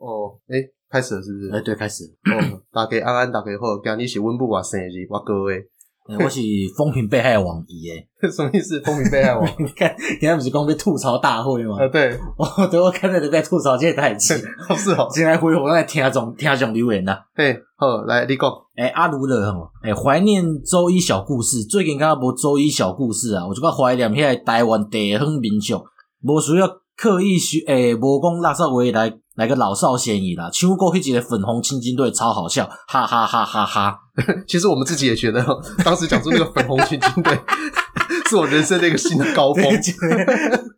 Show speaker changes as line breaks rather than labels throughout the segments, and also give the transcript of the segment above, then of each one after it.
哦诶，开始了是不是？
哎，对，开始。
哦，大家安安，大家好，今日是阮母啊生日，我各位，
哎我是风评被害王姨诶，
什么意思？风云被 害我？
你看，你看不是刚被吐槽大会吗？
啊，对，
哦，对， 我看到你在吐槽这个代志，
哦是哦，
进来回我来听众听众留言呐。
嘿，好，来你讲，
哎，阿如了吼，哎，怀念周一小故事，最近刚刚无周一小故事啊，我就较怀念遐台湾地方民俗，无需要刻意学，哎，无讲垃圾话来来个老少咸宜啦，唱过迄一个粉红亲亲队超好笑，哈哈哈哈哈。
其实我们自己也觉得，哦当时讲出那个粉红军军队， 是我人生的一个新的高峰。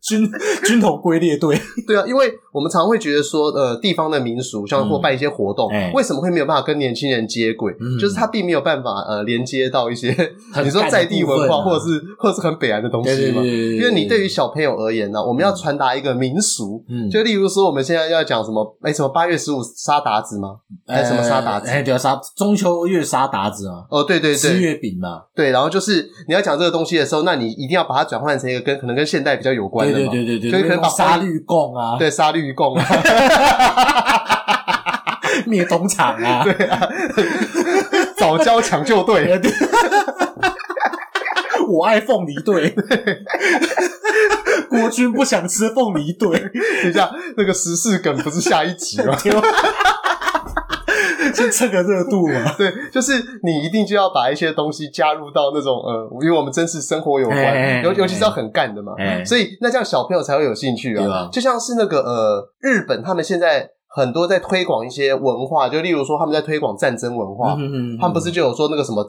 军军头归列队，
对啊，因为我们常会觉得说，呃，地方的民俗，像或办一些活动，
嗯哎
为什么会没有办法跟年轻人接轨？
嗯
就是他并没有办法呃连接到一些
很
你说
干的
在地文化，或
部分啊
者是或者是很北岸的东西嘛。
对
因为你对于小朋友而言呢、我们要传达一个民俗，
嗯
就例如说我们现在要讲什么，哎，什么八月十五杀鞑子吗？哎，什么杀鞑子？
哎，对啊，杀中秋月杀鞑子嘛，
哦，对对
吃
对
月饼嘛，
对，然后就是你要讲这个东西的时候，那你一定要把它转换成一个跟可能跟现代比较有关
对
的嘛，
对对对对，
就是可能把
杀绿贡啊，
对杀绿贡啊，
灭东厂啊，
对啊， 早教抢救队，
对 我爱凤梨 队，国军不想吃凤梨队，
等一下，那个时事梗不是下一集吗？
就蹭个热度嘛。
对，就是你一定就要把一些东西加入到那种呃，因为我们真实生活有
哎
关，尤
哎
尤其是要很干的嘛，
哎
所以那这样小朋友才会有兴趣
对
啊
啊。
就像是那个呃，日本他们现在很多在推广一些文化，就例如说他们在推广战争文
嗯
化，他们不是就有说那个什么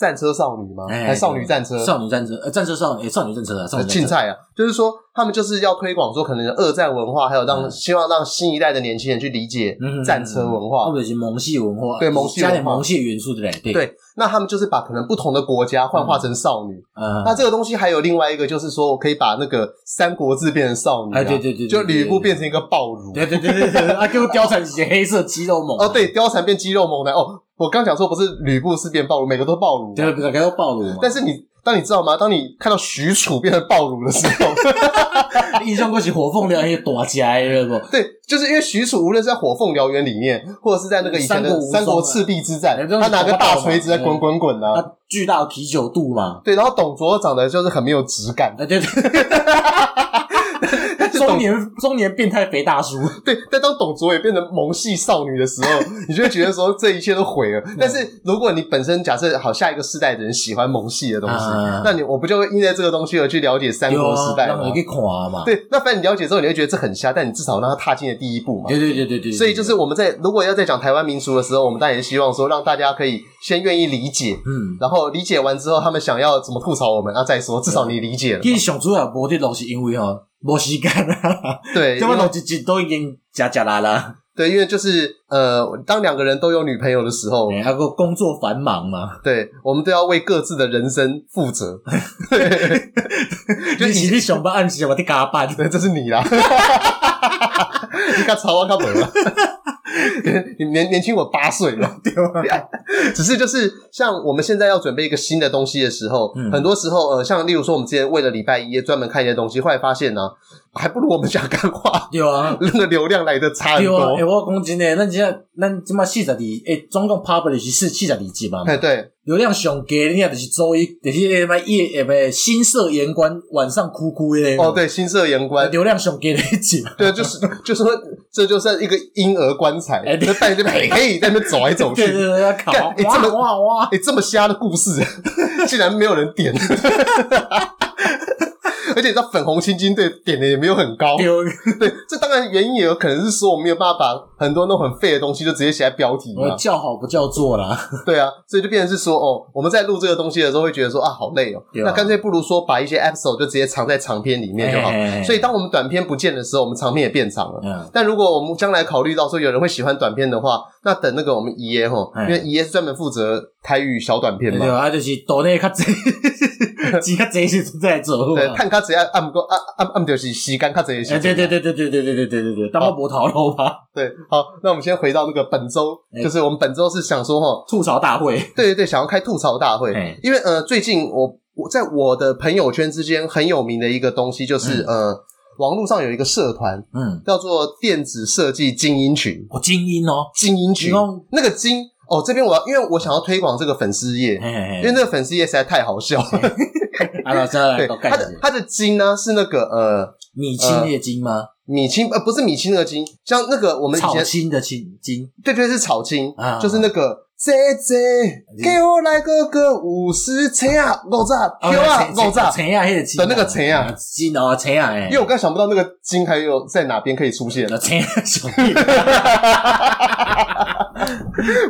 战车少女吗？
哎
还少女战车？
少女战车，呃，战车少女，哎，少女战车啊，少女战
竞
车，
赛啊，就是说他们就是要推广说可能二战文化，还有让
嗯
希望让新一代的年轻人去理解
嗯
战车文化
或，者是萌系文化，
对萌系文化
加点萌系元素对不对？，
对，那他们就是把可能不同的国家幻化成少女。
嗯，
那这个东西还有另外一个，就是说我可以把那个《三国志》变成少女、啊，
哎对对对对
就吕布
对对对
变成一个暴乳，
对对对对对，啊，给我貂蝉姐黑色肌肉猛
哦，对，貂蝉变肌肉猛男。哦，我刚讲说不是吕布是变暴乳，每个都暴乳嘛，
对，不是给他暴露嘛？
但是你。当你知道吗？当你看到许褚变成暴乳的时 候，
啊印象过去火凤燎原大啊家的不？
对，就是因为许褚无论是在火凤燎原里面，或者是在那个以前的
三国无双啊
三国赤壁之战
哎，这种
他拿个大
火爆嘛
锤子在滚滚滚啊，
啊，巨大的啤酒肚嘛，
对，然后董卓长得就是很没有质感，
啊对 对，中年中年变态肥大叔，
对，但当董卓也变成萌系少女的时候，你就会觉得说这一切都毁了。但是如果你本身假设好下一个世代的人喜欢萌系的东西，
啊
那你我不就会因为这个东西而去了解三国时代
让
吗
人？去看嘛。
对，那反正你了解之后，你会觉得这很瞎，但你至少让他踏进了第一步嘛。
对对对对对，
所以就是我们在如果要在讲台湾民俗的时候，我们当然也希望说让大家可以先愿意理解，
嗯。
然后理解完之后，他们想要怎么吐槽我们，那再说，至少你理 解了嘛。
其实上主要无的都是因为吼无时间啊，
对，
这
因
么
为
都一集都已经食食啦啦，
对，因为就是呃，当两个人都有女朋友的时候，
哎，还个工作繁忙嘛，
对，我们都要为各自的人生负责。 就
你
以
是你上班暗时我伫加班，
对，这是你啦，你看曹啊，看 本了，你年年轻我八岁了， 对啊吧？只是就是像我们现在要准备一个新的东西的时候，
嗯
很多时候呃，像例如说我们之前为了礼拜一专门看一些东西，后来发现呢、还不如我们讲干话，
对啊。
那个流量来的差很
对啊，
多。
哎，我讲真诶，咱即咱即马四十二，诶，总共 publish 是四十二集嘛，
哎，对，
流量上低的，你也就是周一，就是迄个夜，诶，不，新社言官晚上哭哭的。
哦，，对，新社言官，
流量上低的一集嘛。
对，就是 就是说，这就像一个婴儿棺材，
哎对
就带着嘿嘿在那边走来走去，
对对对，要考
干哎这
哇
么
哇哇！
哎、这么瞎的故事，竟然没有人点， 而且你知道粉红青金队点的也没有很高，
丢，
对，这当然原因也有可能是说我没有办法把很多那种很废的东西就直接写在标题
我
嘛，
叫好不叫座啦。
对啊，所以就变成是说哦，我们在录这个东西的时候会觉得说啊好累哦，
对啊
那干脆不如说把一些 episode 就直接藏在长篇里面就好，
哎哎哎哎
所以当我们短篇不见的时候，我们长篇也变长了。
嗯，
但如果我们将来考虑到说有人会喜欢短片的话，那等那个我们爷爷吼，因
哎
为爷 E 爷是专门负责台语小短片嘛
对，啊，就是岛内 较济，钱较济时阵再做好
对，
啊。
探卡只要按不过按按按就是吸干卡这些。
哎，对对对对对对对对对对对，当我无头路吧，
对，好，那我们先回到那个本周，
哎
就是我们本周是想说哈，
吐槽大会。
对对对，想要开吐槽大会
哎，
因为呃，最近我我在我的朋友圈之间很有名的一个东西就是呃。网络上有一个社团
嗯，
叫做电子设计精英群，
我精英哦，
精英群
你讲，
那个精哦，这边我要因为我想要推广这个粉丝页
嘿，嘿
因为
嘿，
那个粉丝页实在太好 笑了。
啊，老师来
对，
给我盖
它
一下
的，它的精呢是那个呃
米青的青吗？
米青呃不是米青那个青，像那个我们以
草
前
青的青青，
对对是草青
啊，
就是那个。姐姐，给我来个个五十钱啊，五十
哦
票啊，五十。
陈亚迄个青啊
的那个陈啊
青哦，陈亚哎，
因为我刚才想不到那个金还有在哪边可以出现，
陈亚小 弟，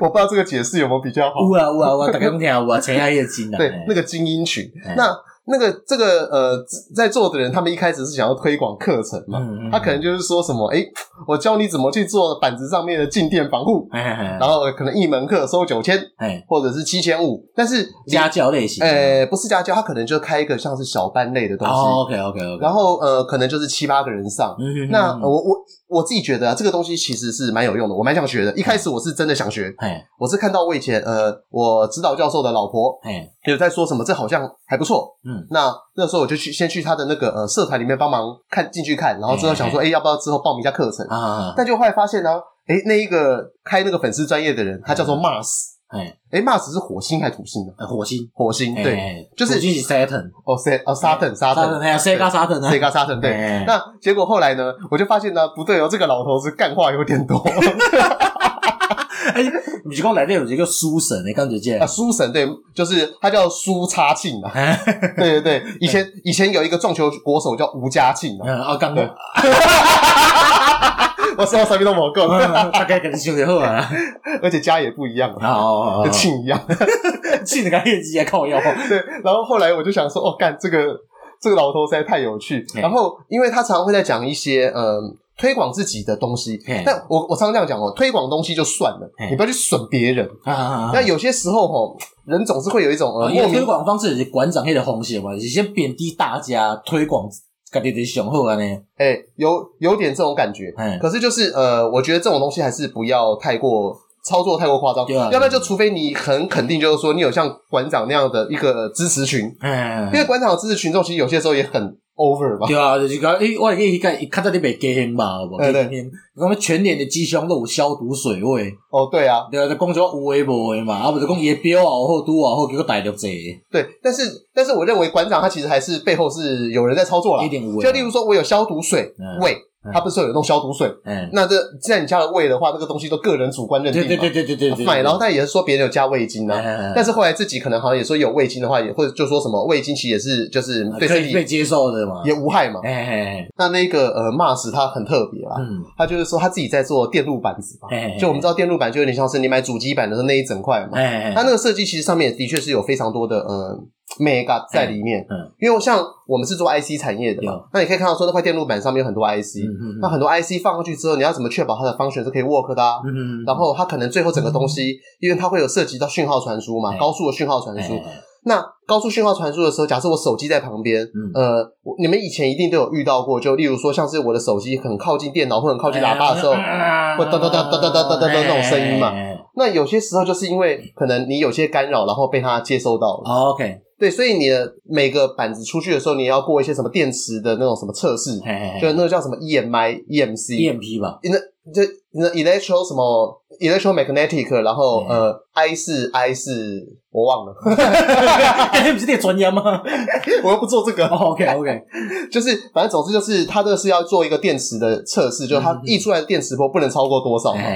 我不知道这个解释有没有比较好。
有啊有啊有啊，大家拢听有啊，陈亚迄个青啊，
对
嘿，
那个精英群
哎，
那那个这个呃，在座的人他们一开始是想要推广课程嘛，
嗯嗯，
他可能就是说什么，哎，我教你怎么去做板子上面的静电防护，
嘿，嘿嘿
然后可能一门课收九千
嘿，
或者是七千五，但是
家教类型，哦
呃不是家教，他可能就开一个像是小班类的东西，
，OK OK OK，
然后呃可能就是七八个人
嗯
上，那呃我我我自己觉得、啊、这个东西其实是蛮有用的，我蛮想学的。一开始我是真的想学，
哎
我是看到我以前呃我指导教授的老婆
哎
有在说什么，这好像还不错。
嗯，
那那时候我就去先去他的那个呃社团里面帮忙看进去看，然后之后想说，哎、要不要之后报名一下课程？
啊，
但就后来发现呢、哎、那一个开那个粉丝专业的人，他叫做 Mars，
哎
哎、m a r s 是火星还是土星呢、
火星，
火星对，
嘿
就是
火星是 Saturn，
哦，Sa 哦 Saturn
沙特，
Saturn
哎呀，谁加沙特呢？
这个 Saturn 对，
哎
那结果后来呢，我就发现呢，不对哦，这个老头子干话有点多。
不是讲内底有一个书神的感觉，这
啊， 书神对，就是他叫苏差庆啊，对对对，以前以前有一个撞球国手叫吴家庆啊，
嗯，我讲讲，
我说什么都没够，
大概跟你想就好啊。
而且家也不一样
哦
啊，
好，
跟庆一 样，
气你个业绩啊，靠腰。
对，然后后来我就想说，哦，干这个这个老头实在太有趣，
嘿
然后因为他常会在讲一些呃推广自己的东西
嘿，
但我我常常这样讲哦，推广东西就算了
嘿，啊
你不要去损别人，那有些时候哦，人总是会有一种呃
哦因
莫
为推
名
广方式是馆长迄个方式嘛，是先贬低大家，推广家己的上好啊安尼。
哎、有有点这种感觉
嗯，
可是就是呃，我觉得这种东西还是不要太过操作太过夸张，
对啊
要不然就除非你很肯定，就是说你有像馆长那样的一个支持群，
嗯
因为馆长的支持群众其实有些时候也很 over 嘛，
对啊，就是讲，诶，我记伊个伊较早你袂加兴嘛，无加兴，我们全脸的鸡胸肉消毒水味，
哦，对啊，
对啊，就讲种有诶无诶嘛，啊，不就讲伊诶表啊好拄啊好，结果大陆者一
对，但是但是我认为馆长他其实还是背后是有人在操作啦，
点有诶。
就例如，说我有消毒水
啊嗯
味
嗯，
他不是有弄消毒水，
嗯，
那这既然你加了味的话，这个东西都个人主观认定
对
嘛，哦
对对对对对对，
买，然后但也是说别人有加味精啊，但
但
是后来自己可能好像也说有味精的话，也或者就说什么味精其实也是就是对
啊可
身
以被
体
接受的嘛。
也无害嘛。
哎哎，
那那个呃 Mars 他很特别啦，
嗯，
他就是说他自己在做电路板子嘛，就我们知道电路板就有点像是你买主机板的那一整块嘛，
哎，
它那个设计其实上面的确是有非常多的呃 mega 在里面
嗯，
因为像我们是做 IC 产业的嘛
有，
那你可以看到说那块电路板上面有很多 IC，
嗯
那很多 IC 放上去之后，你要怎么确保它的 function 是可以 work 的啊？
嗯
然后它可能最后整个东西，因为它会有涉及到讯号传输嘛，
哎
高速的讯号传输。那高速讯号传输的时候，假设我手机在旁边，
嗯
呃，我你们以前一定都有遇到过，就例如说像是我的手机很靠近电脑或很靠近喇叭的时
哎
候，
啊会哎
那有些时候就是因为可能你有些干扰，然后被它接收到了。
哦 OK，
对，所以你的每个板子出去的时候，你要过一些什么电池的那种什么测试，
哎
就那个叫什么 E EMI、EMC、
EMP 吧，
这那 electro 什么 electromagnetic，然后
嗯
呃 I 四 I 四我忘了，
那不是你专业吗哦
我又不做这个，
？OK OK，
就是反正总之就是它这个是要做一个电池的测试，就是它溢出来的电磁波不能超过多少嘛。
嗯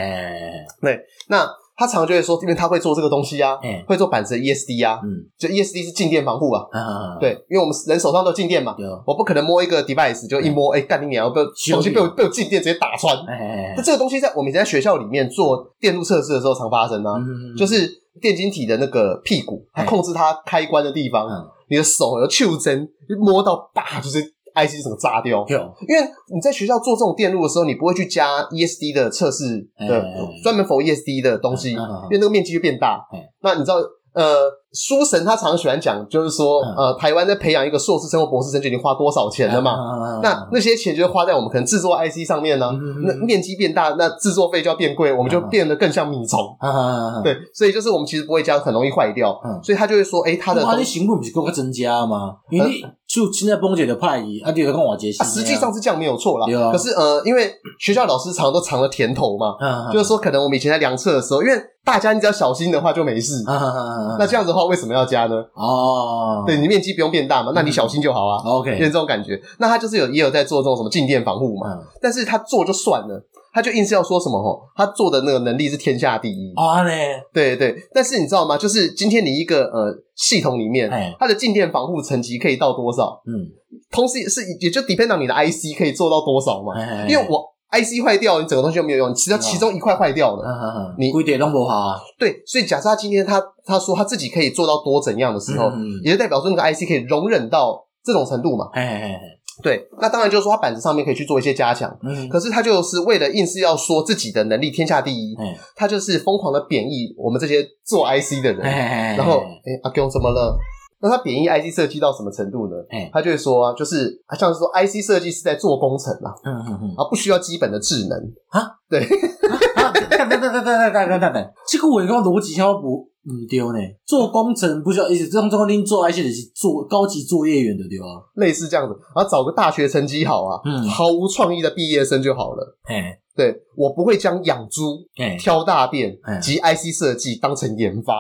哎
那他常就会说，因为他会做这个东西啊，
哎，
会做板子的 ESD 啊，
嗯
就 ESD 是静电防护啊，
啊，，
对，因为我们人手上都有静电嘛，
有，
我不可能摸一个 device 就一摸，哎、干你娘，被
修
东
理
西被我被我静电直接打穿。
哎
那，这个东西在我们以前在学校里面做电路测试的时候常发生啊，就是电晶体的那个屁股，它
嗯
控制它开关的地方，
嗯
你的手有袖针，一摸到叭，就是 IC 整个炸掉。
有，
因为你在学校做这种电路的时候，你不会去加 ESD 的测试的
嗯
专门 for ESD 的东西，
嗯嗯嗯嗯
因为那个面积就变大
嗯。
那你知道，呃，书神他常喜欢讲，就是说，
嗯
呃，台湾在培养一个硕士生或博士生就已经花多少钱了嘛？那那些钱就会花在我们可能制作 IC 上面呢、
嗯嗯嗯
那面积变大，那制作费就要变贵，我们就
嗯嗯
变得更像米虫。
啊，
对，所以就是我们其实不会加，很容易坏掉。
嗯
所以他就会说，哎、他的
哇，
东呃
你成本不是更加增加吗？因为你就现在崩解的派伊，啊，你就跟我解析
啊，。实际上是这样没有错
对啊
啦。可是呃，因为学校老师常常都藏了甜头嘛，
啊，
就是说可能我们以前在量测的时候，因为大家你只要小心的话就没事。
啊啊啊啊，
那这样子的话，为什么要加呢？
哦，
对，你面积不用变大
嗯
嘛，那你小心就好啊，有点
，OK，
这种感觉。那他就是有也有在做这种什么静电防护嘛，
嗯，
但是他做就算了，他就硬是要说什么吼，他做的那个能力是天下第一。
哦，安尼，
对对，但是你知道吗？就是今天你一个呃系统里面
哎，
它的静电防护层级可以到多少，
嗯，
同时是也就 depend on 你的 IC 可以做到多少嘛。
哎
因为，我 IC 坏掉，你整个东西就没有用，只要其中一块坏掉
啊
了，
啊啊，
你
规定拢无效啊，
对，所以假设他今天他他说他自己可以做到多怎样的时候，
嗯
也就代表说那个 IC 可以容忍到这种程度嘛。
嘿嘿嘿嘿，
对，那当然就是说他板子上面可以去做一些加强，
嗯，
可是他就是为了硬是要说自己的能力天下第一，
嘿
他就是疯狂的贬义我们这些做 IC 的人，
嘿嘿嘿，
然后哎、阿 Q 怎么了？那他贬义 IC 设计到什么程度呢
哎？
他就会说、啊，就是啊像是说 IC 设计是在做工程啊，
嗯嗯嗯，
啊不需要基本的智能
啊，
对，
啊，等等等等等等等等等，这个话讲逻辑上不唔对呢，做工程不需要，意思这种这种恁做 IC 就是做高级作业员的对啊，
类似这样子，然后找个大学成绩好啊，
嗯
毫无创意的毕业生就好了。
嘿，
对我不会将养猪、
嘿，
挑大便
哎
及 IC 设计当成研发，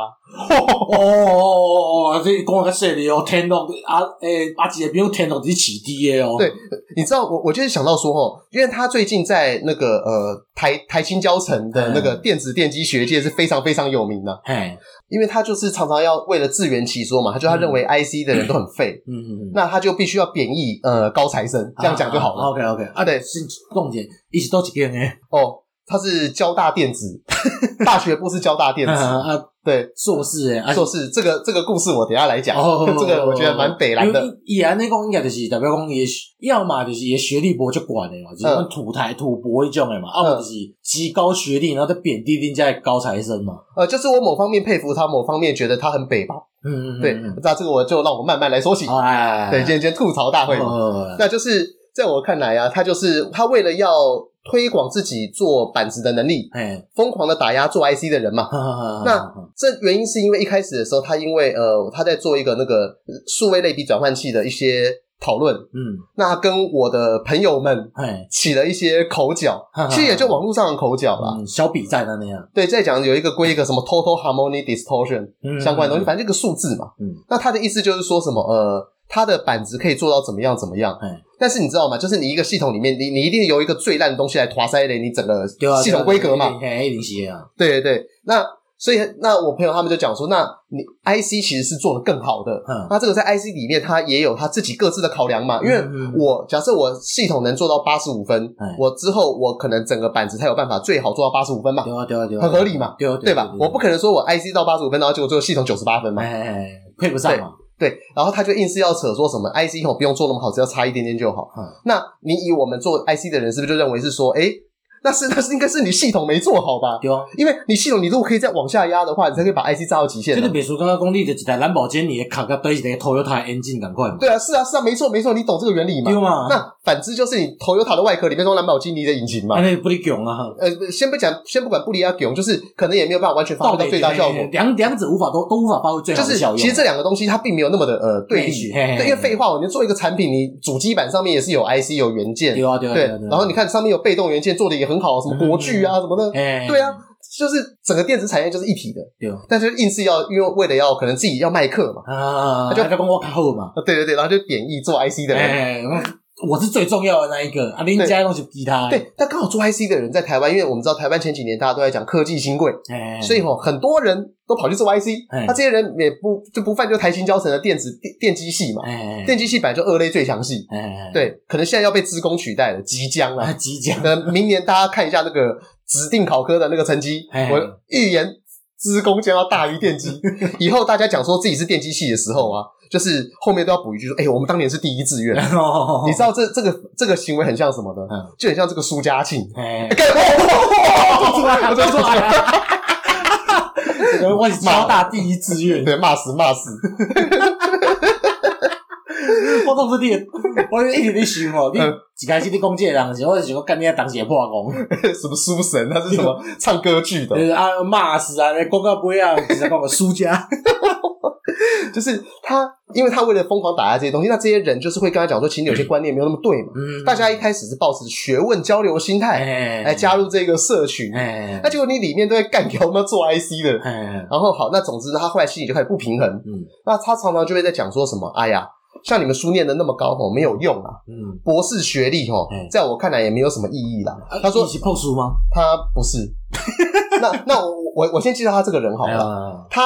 哦哦哦哦，这讲个说的哦，天龙啊诶，阿姐不用天龙是起低的哦，
对你知道我我就是想到说哦，因为他最近在那个呃台台青交城的那个
嗯
电子电机学界是非常非常有名的、
嘿，
因为他就是常常要为了自圆其说嘛，他就他认为 IC 的人都很废，
嗯嗯嗯，
那他就必须要贬义呃高材生，这样讲就好了。
OK OK，啊
啊，对
先讲解，伊是倒一间诶，
哦，他是交大电 子大学部是交大电子，
啊，
对，
硕士诶，啊
硕士这个这个故事我等一下来讲，
哦，
这个我觉得蛮北蓝
因
的。
为伊安尼讲应该就是代表讲伊，要么就是伊学历无足悬的嘛，就是讲
嗯
土台土博迄种的嘛，啊，无就是极高学历，然后再贬低恁家的高材生嘛。
呃，就是我某方面佩服他，某方面觉得他很北吧。
嗯嗯，
对，那这个我就让我慢慢来说起。
哎，
对，今天今天吐槽大会嘛，
哦
那就是在我看来啊，他就是他为了要推广自己做板子的能力，
哎， 嗯
疯狂的打压做 IC 的人嘛。
那
这原因是因为一开始的时候，他因为呃他在做一个那个数位类比转换器的一些讨论，
嗯，
那他跟我的朋友们
哎，
起了一些口角
哈哈，
其实也就网络上的口角啦。
嗯，小比赛的那样
对，再讲有一个归一个什么 total harmony distortion
嗯
相关的东西，反正这个数字嘛。
嗯，
那他的意思就是说什么呃，他的板子可以做到怎么样怎么样。
哎，
但是你知道吗？就是你一个系统里面，你你一定有一个最烂的东西来拖塞嘞，你整个
对啊，
系统规格嘛。
哎，零是啊，
对对对，那所以那我朋友他们就讲说，那你 IC 其实是做的更好的。
嗯
那这个在 IC 里面，它也有它自己各自的考量嘛。因为
嗯嗯
我假设我系统能做到八十五分
哎，
我之后我可能整个板子才有办法最好做到八十五分嘛
对，啊对啊对啊，
很合理嘛，
对啊
对吧？我不可能说我 IC 到八十五分，然后结果最后系统九十八分嘛。
哎哎配不上嘛，
对，然后他就硬是要扯说什么 IC 吼不用做那么好，只要差一点点就好。
嗯
那你以我们做 IC 的人，是不是就认为是说，诶，那是那是应该是你系统没做好吧？
对啊。
因为你系统你如果可以再往下压的话，你才可以把 IC 炸到极限
这
啊、
个秘书刚刚讲，你就一台兰博基尼的卡甲对一台 Toyota 的 engine 赶快嘛，
对啊，是啊，是啊，没错没错，你懂这个原理嘛
对？嘛？
那反之就是你 Toyota 的外壳里面装兰博基尼的引擎嘛。
安尼不哩强啊，
呃，先不讲，先不管布里亚囧，就是可能也没有办法完全发
到
挥到最大效果。
两两者无法都都无法发挥最
就
好的
是
效用。
其实这两个东西它并没有那么的呃对立，
Match，嘿嘿嘿
对，因为废话，你做一个产品，你主机板上面也是有 IC 有元件，
对啊对啊
对
啊对啊，
然后你看上面有被动元件做的也很好，什么国巨啊什么的，
哎
对啊，就是整个电子产业就是一体的，
对啊
但是硬是要因为为了要可能自己要卖课嘛，
啊，
他
就
就
讲我较好嘛，
对对对，然后就贬义做 IC 的人，
哎，我是最重要的那一个啊，恁家拢是其他的，
对，但刚好做 IC 的人在台湾，因为我们知道台湾前几年大家都在讲科技新贵，
哎，
所以吼很多人都跑去做 IC，
哎
他这些人也不就不犯就台新教程的电子电电机系嘛，
哎
电机系本来就二类最强系。
哎
对，可能现在要被资工取代了，即将
啊
啊。
即将
那明年大家看一下那个指定考科的那个成绩，
哎
我预言资工将要大于电 机。以后大家讲说自己是电机系的时候啊，就是后面都要补一句说：“哎、我们当年是第一志愿。
然”后
你知道这这个这个行为很像什么呢？
嗯
就很像这个苏家庆。
哎
哎，干我出 来，我啊
做
出
出
来，
来啊，我是交大第一志愿，
对，骂死骂死。
我当时你的， 我一直在想哦，你
嗯
一开始你讲这个人的时候，我就想讲干你啊，当时会破功。
什么书神，他是什 么唱歌剧的
嗯就？是啊，骂死啊，那广告杯啊，直接讲个输家。
就是他，因为他为了疯狂打压这些东西，那这些人就是会跟他讲说，其实有些观念没有那么对嘛。
嗯
大家一开始是抱持学问交流心态
哎
来加入这个社群，
哎
那结果你里面都在干掉那做 IC 的人。
哎
然后好，那总之他后来心里就开始不平衡，
嗯
那他常常就会在讲说什么，哎呀，像你们书念的那么高吼，没有用啊，
嗯，
博士学历吼
嗯，
在我看来也没有什么意义啦。
啊
他说
你是 POS 吗？
他不是， 那那我我我先介绍他这个人好
哎
了。
呀，
他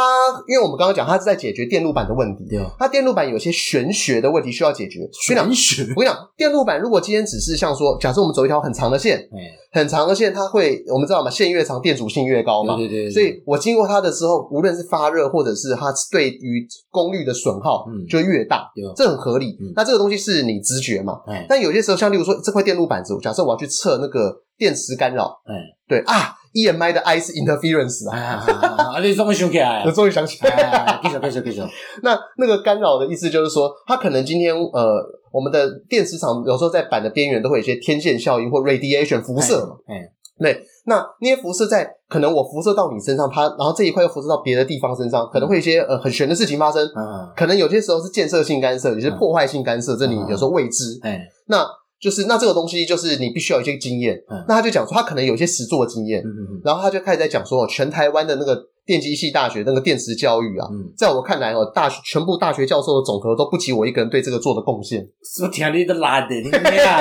因为我们刚刚讲他是在解决电路板的问题，
对，
他电路板有些玄学的问题需要解决。我跟你讲
玄 学，
我跟你讲，电路板如果今天只是像说，假设我们走一条很长的线，
哎，
很长的线，它会我们知道嘛，线越长，电阻性越高嘛。
对对对，
所以我经过它的时候，无论是发热或者是它对于功率的损耗，
嗯
就越大，
对
这很合理
嗯。
那这个东西是你直觉嘛？
哎
但有些时候，像例如说这块电路板子，假设我要去测那个电磁干扰，
哎
对啊，EMI 的 I 是 interference 啊，
哎呀，啊，你终于想起来
我
了，
终于想起来。
哎，继续继续继续，
那那个干扰的意思就是说，它可能今天呃，我们的电磁场有时候在板的边缘都会有一些天线效应或 radiation 辐射嘛。
哎，
对，那那些辐射在可能我辐射到你身上，它然后这一块又辐射到别的地方身上，可能会有一些呃很玄的事情发生。
哎嗯，
可能有些时候是建设性干涉，有些破坏性干涉，这你有时候未知。
哎，
那就是那这个东西就是你必须要有一些经验
嗯。
那他就讲说他可能有一些实作经验
嗯，嗯
然后他就开始在讲说全台湾的那个电机系大学那个电磁教育啊，
嗯，
在我看来哦，大学全部大学教授的总和都不及我一个人对这个做的贡献。
我听你都烂的，你咩啊？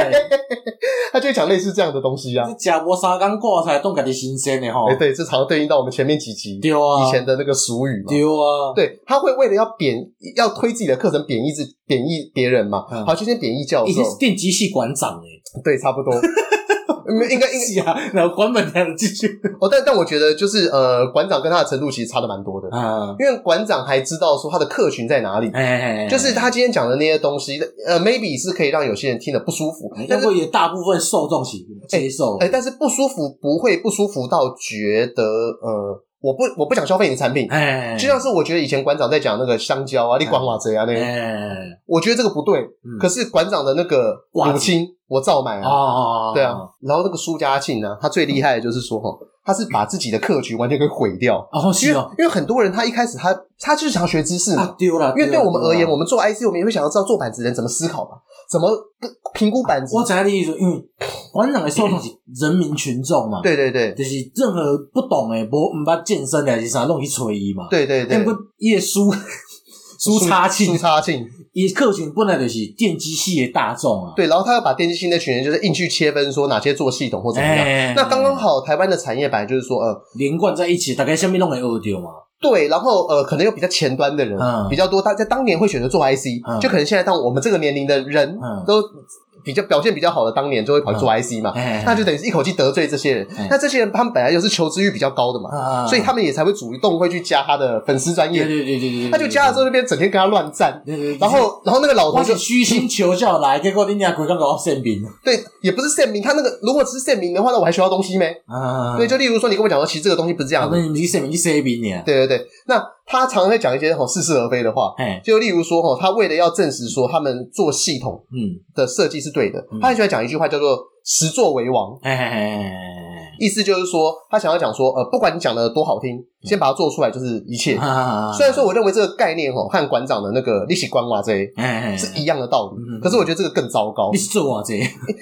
他就会讲类似这样的东西啊。
你食无三工挂菜，当家己新鲜的吼
哎、。对，这常常对应到我们前面几集
对啊，
以前的那个俗语嘛。
对啊，
对，他会为了要贬，要推自己的课程贬义自贬义别人嘛，
嗯
好，就先贬义教
以前是
授，
电机系馆长诶。
对，差不多。 没应该应
是啊，然后关门还能 继续
该哦，但但我觉得就是呃，馆长跟他的程度其实差的蛮多的，
啊，
因为馆长还知道说他的客群在哪里，
哎，
就是他今天讲的那些东西，呃，maybe 是可以让有些人听得不舒服，但
哎嗯要
是
不也大部分受众是接受
哎、，但是不舒服不会不舒服到觉得呃，我不我不想消费你的产品，
哎，
就像是我觉得以前馆长在讲那个香蕉啊，你管我贼啊那个，
哎，
我觉得这个不对。
嗯
可是馆长的那个
袜子
母亲，我照买啊，
哦，
对啊。然后那个苏家庆呢，他最厉害的就是说哈，他是把自己的客群完全给毁掉，
哦
因
是
为
哦，
因为很多人他一开始他他就是想要学知识
啊
嘛，
丢了，
因为对
啦
我们而言，
啦
我们做 IC，我们也会想要知道做板子的人怎么思考嘛，怎么评估板子
我。知道你意思，因为馆长的受众是人民群众嘛，，
对对对
就是任何不懂诶，无毋捌健身的还是啥，拢去找伊嘛，
对对
但
对
不，伊 的输输差庆
苏，差庆，
伊的客群本来就是电机系的大众啊，
对，然后他要把电机系那群人就是硬去切分，说哪些做系统或怎么样。
哎，
那刚刚好，台湾的产业本来就是说，呃，
连贯在一起，大概下面拢会学着嘛，
对，然后呃，可能有比较前端的人、
嗯
比较多，他在当年会选择做 IC，、
嗯
就可能现在到我们这个年龄的人、
嗯
都比较表现比较好的，当年就会跑去做 IC 嘛，
哎，
那就等于是一口气得罪这些人。
嗯
那这些人他们本来又是求知欲比较高的嘛，
啊
所以他们也才会主动会去加他的粉丝专
对
业，
对对对对，嗯
他就加了之后那边整天跟他乱战。
对，对对
然后，然后那个老头
我
就是
虚心求教来，结果你俩鬼刚搞我生病
对，也不是县民，他那个如果只是县民的话，那我还学到东西没？
啊
对，就例如说，你跟我讲说，其实这个东西不是这
啊，
样
不
的，
是你们啊去生病去生病呢？
对对对。那他常常在讲一些吼似是而非的话，
哎，
就例如说哈，他为了要证实说他们做系统
嗯，
的设计是对的，
嗯
他很喜欢讲一句话叫做“实作为王
哎哎哎”，
意思就是说他想要讲说，呃，不管你讲的多好听，先把它做出来就是一切
哎，。啊
虽然说我认为这个概念哦和馆长的那个利息观瓦这
哎哎，
是一样的道
嗯
理，可是我觉得这个更糟糕
你，是做我这，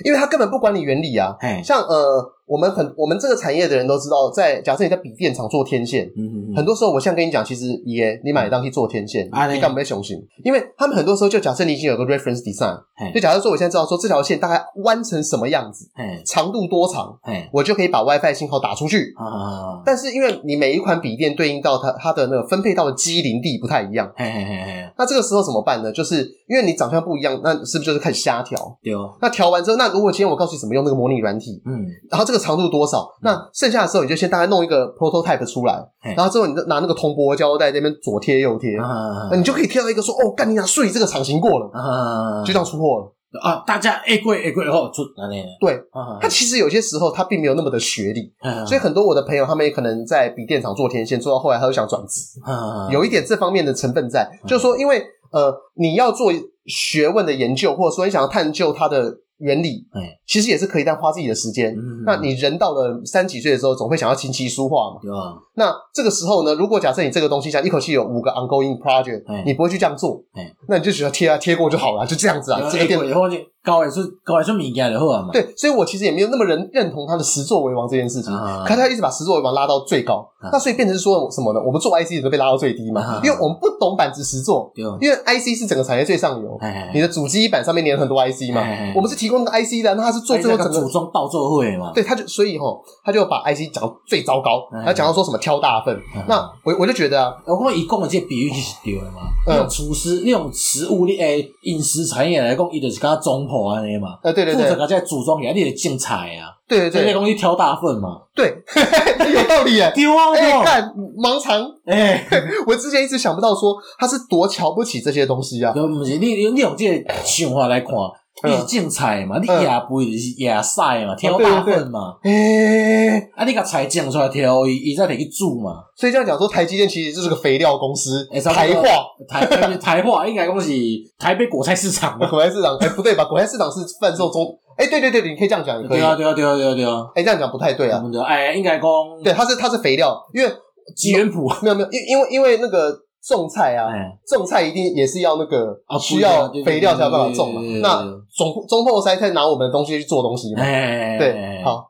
因为他根本不管你原理啊。
哎，
像呃，我们很我们这个产业的人都知道，在假设你在笔电厂做天线，
嗯
很多时候，我现在跟你讲，其实也你买当去做天线
啊，嘞
你干嘛被雄心？因为他们很多时候就假设你已经有个 reference design，
嘿
就假设说我现在知道说这条线大概弯成什么样子，
哎
长度多长，
哎
我就可以把 WiFi 信号打出去。
啊，
但是因为你每一款笔电对应到它它的那个分配到的机灵地不太一样，
哎哎哎，
那这个时候怎么办呢？就是因为你长相不一样，那是不是就是开始瞎调？
对哦，
那调完之后，那如果今天我告诉你怎么用那个模拟软体，
嗯，
然后这个长度多少？那剩下的时候你就先大概弄一个 prototype 出来
嘿，
然后之后你就拿那个铜箔胶带在那边左贴右贴，
啊
那你就可以贴到一个说哦，干你娘，睡这个场型过了，
啊，
就这样出货了。
啊，大家哎贵哎贵后出哪里？
对，
啊
他其实有些时候他并没有那么的学历，
嗯
所以很多我的朋友他们也可能在笔电厂做天线，做到后来他会想转职，
以
有一点这方面的成分
嗯
在，就是说因为呃你要做学问的研究，或者说你想要探究它的。原理
哎，
其实也是可以，但花自己的时间。
嗯
那你人到了三十几岁的时候，总会想要琴棋书画嘛。
对吧？
那这个时候呢，如果假设你这个东西像一口气有五个 ongoing project，、
哎
你不会去这样做，
哎
那你就只要贴啊贴过就好了，就这样子啊。这个
对
店
过以后就搞会出搞会出物件就好啊嘛。
对，所以我其实也没有那么认认同他的实作为王这件事情。
啊，
可他一直把实作为王拉到最高，
啊
那所以变成是说什么呢？我们做 IC 的都被拉到最低嘛
啊，
因为我们不懂板子实作，
对，
因为 IC 是整个产业最上游，
哎
你的主机板上面粘很多 IC 嘛
哎哎哎，哎
我们是提供 IC 的，那他是做最后整
组
个。
装暴作会嘛。
对，他就所以吼，他就把 IC 讲到最糟糕，
哎
然后讲到说什么挑大份
哎，
那我我就觉得啊，
我讲伊讲的这个比喻就是对的嘛。
嗯
那种厨师，那种食物你诶饮食产业来讲，伊就是敢总铺安尼嘛。
呃，对对
负
对
责，甲这组装起来，你会种菜啊。
对对
所以
对
讲你挑大份嘛。
对，有道理耶。
对啊，
哎、
对。
看盲肠，
哎，
我之前一直想不到说他是多瞧不起这些东西啊。
就毋是你你你用这个想法来看，你是种菜嘛，你
嗯
野肥就是野菜嘛，
啊
挑大份嘛。
哎、
啊，你甲菜种出来挑，伊伊再摕去煮嘛。
所以这样讲说，台积电其实就是个肥料公司，
哎差不
台
多
化。
台 台台话应该讲是台北果菜市场嘛。
果菜市场，哎、不对吧？果菜市场是贩售中，哎、对对对，你可以这样讲，也 可以。
对啊，对啊，对啊，对啊，对啊。
哎、这样讲不太对
我
啊。
们的哎，应该讲
对，它是它是肥料，因为
吉原谱。
没有没有，因因为因为那个种菜啊，
哎，
种菜一定也是要那个
啊
需要
不一样对对
肥料才有办法种嘛
对对对。对
那
对对
中中后塞再拿我们的东西去做东西嘛。
哎，
对，好。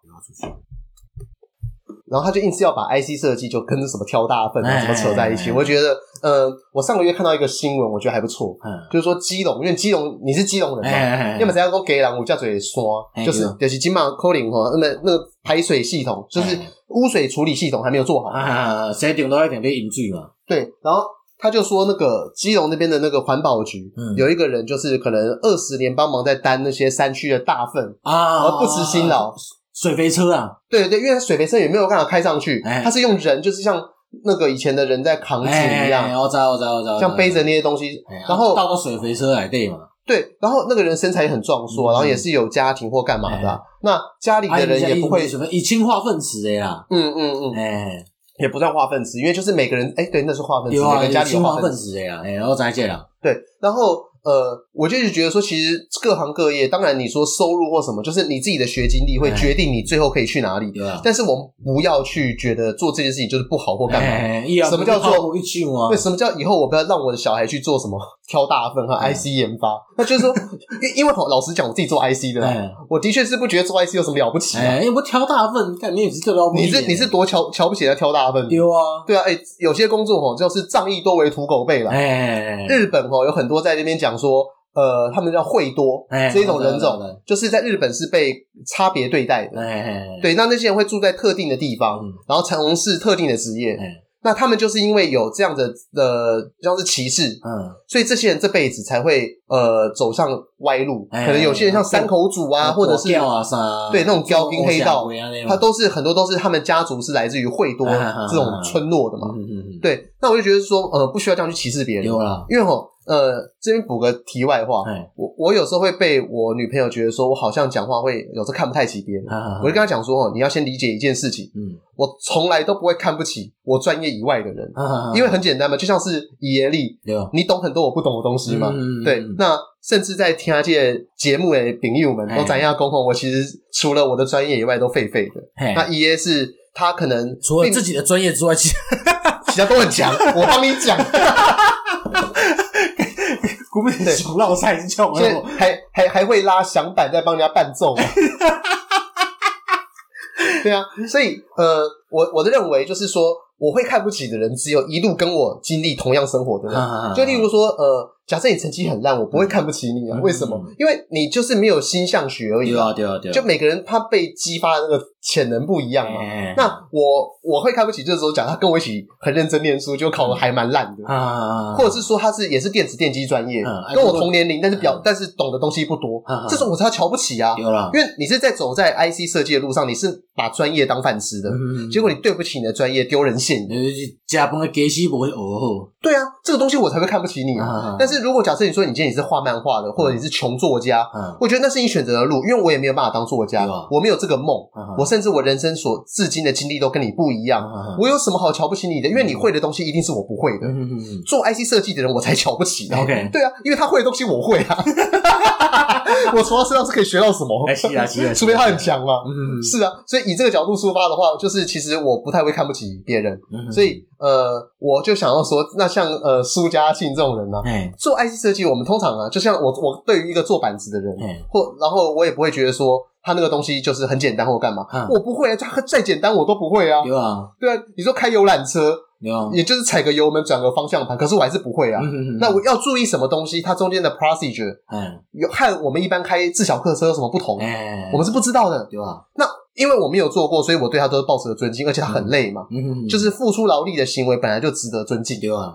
然后他就硬是要把 IC 设计就跟着什么挑大份啊，
哎
什么扯在一起。我觉得，呃，我上个月看到一个新闻，我觉得还不错，
嗯，
就是说基隆，因为基隆你是基隆人嘛，
哎
要么怎样讲给人我叫嘴酸，
哎
就是
对啊
就是金马扣零哈，那么那个排水系统就是
哎
污水处理系统还没有做好，
啊，谁顶到一点被饮醉嘛？
对，然后。他就说，那个基隆那边的那个环保局、
嗯
有一个人，就是可能二十年帮忙在担那些山区的大粪，
啊，
而不辞辛劳。
水肥车啊，
对对，因为水肥车也没有办法开上去，
哎
它是用人，就是像那个以前的人在扛井一样，
哎我知道我知道我知道，
像背着那些东西。
哎，
然后
倒到水肥车来对嘛？
对，然后那个人身材也很壮硕，
嗯哎
然后也是有家庭或干嘛的啊、那家里
啊
的人也不会，
什么以氢化分子的啦，
嗯嗯嗯，
哎，
也不算化粪池，因为就是每个人，哎，对，那是化粪池，
有
每个
啊，
人家
有
里有
氢化
化粪
分
池。
子的啦，哎，我知这啦，
对，然后呃，我就是觉得说，其实各行各业，当然你说收入或什么，就是你自己的学经历会
哎
决定你最后可以去哪里。
对啊。
但是我们不要去觉得做这件事情就是不好或干嘛。
哎，以后
什么叫做
不靠一唱啊
为？什么叫以后我不要让我的小孩去做什么 挑大份
嗯
和 IC 研发？那就是说，因因为老实讲，我自己做 IC 的啦，
哎
我的确是不觉得做 IC 有什么了不起啊。
哎，你不挑大份，看你也是挑到不
你
一
是
点
你是多瞧瞧不起人家挑大份？
丢啊？
对啊，哎、有些工作哦，就是仗义多为屠狗辈啦。
哎，
日本哦，有很多在那边讲说，呃，他们叫惠多、
哎
这一种人
我知道我知
种
道，
就是在日本是被差别对待的。
哎，
对，那那些人会住在特定的地方，
嗯
然后从事特定的职业。
哎
那他们就是因为有这样的呃，像是歧视，
嗯，
所以这些人这辈子才会呃走上歪路。
哎
可能有些人像山口组啊，或者是
吊啊啥，
对那种标兵黑道
这种偶像鬼啊那种
他都是很多都是他们家族是来自于惠多
啊啊啊啊
这种村落的嘛。
嗯嗯嗯，
对，那我就觉得说呃，不需要这样去歧视别人，
有啦，
因为吼呃，这边补个题外话，
哎，
我我有时候会被我女朋友觉得说我好像讲话会有时候看不太起别人。
啊
我就跟她讲说，哦，你要先理解一件事情，
嗯，
我从来都不会看不起我专业以外的人，
啊
因为很简单嘛，就像是爷力，
对
你懂很多我不懂的东西嘛，
嗯
对，那甚至在听这节目的朋友们
哎
都怎样恭候，我其实除了我的专业以外都废废的。
嘿
那 E A 是他可能
哎除了
并
自己的专业之外，其实
其他都很 强，我帮你讲，
古美熊绕赛是叫我
现在还还还会拉响板在帮人家伴奏 嘛。对啊，所以呃，我我的认为就是说，我会看不起的人，只有一路跟我经历同样生活的人。就例如说，呃，假设你成绩很烂，我不会看不起你啊。
啊嗯
为什么？因为你就是没有心向学而已
对
啊。
啊对啊对啊，
就每个人他被激发的那个潜能不一样嘛。
哎
那我我会看不起，就是说讲他跟我一起很认真念书，就考的还蛮烂的，
啊，
或者是说他是也是电子电机专业
嗯，哎
跟我
不过
同年龄，但是表
嗯
但是懂的东西不多
嗯嗯，
这种我才瞧不起啊。
有啦，
因为你是在走在 IC 设计的路上，你是把专业当饭吃的，
嗯
结果你对不起你的专业，丢人现眼。
你就是食饭的家西无学好，
对啊，这个东西我才会看不起你啊。
啊
但是如果假设你说你今天你是画漫画的，或者你是穷作家，
嗯
我觉得那是你选择的路，因为我也没有办法当作家
对啊，
我没有这个梦
嗯，
我甚至我人生所至今的经历都跟你不一样
嗯，
我有什么好瞧不起你的？因为你会的东西一定是我不会的。
嗯嗯嗯
做 IC 设计的人，我才瞧不起的。
OK
对啊，因为他会的东西我会 啊，我从他身上是可以学到什么？
哎是啊是啊是啊
除非他很强嘛。
嗯
是啊，所以以这个角度出发的话，就是其实我不太会看不起别人，
嗯，
所以呃，我就想要说，那像呃苏家庆这种人呢、啊
哎
做 IC 设计，我们通常啊，就像我我对于一个做板子的人，
哎
或然后我也不会觉得说他那个东西就是很简单或干嘛，
嗯
我不会啊，他再简单我都不会啊。
对啊
对啊，你说开游览车，
对啊，
也就是踩个油门转个方向盘，可是我还是不会啊。
嗯嗯嗯
那我要注意什么东西？它中间的 procedure
哎
有和我们一般开自小客车有什么不同？
哎，
我们是不知道的。
对啊，
那因为我没有做过，所以我对他都是抱持着尊敬，而且他很累嘛，
嗯嗯嗯
就是付出劳力的行为本来就值得尊敬。
对啊，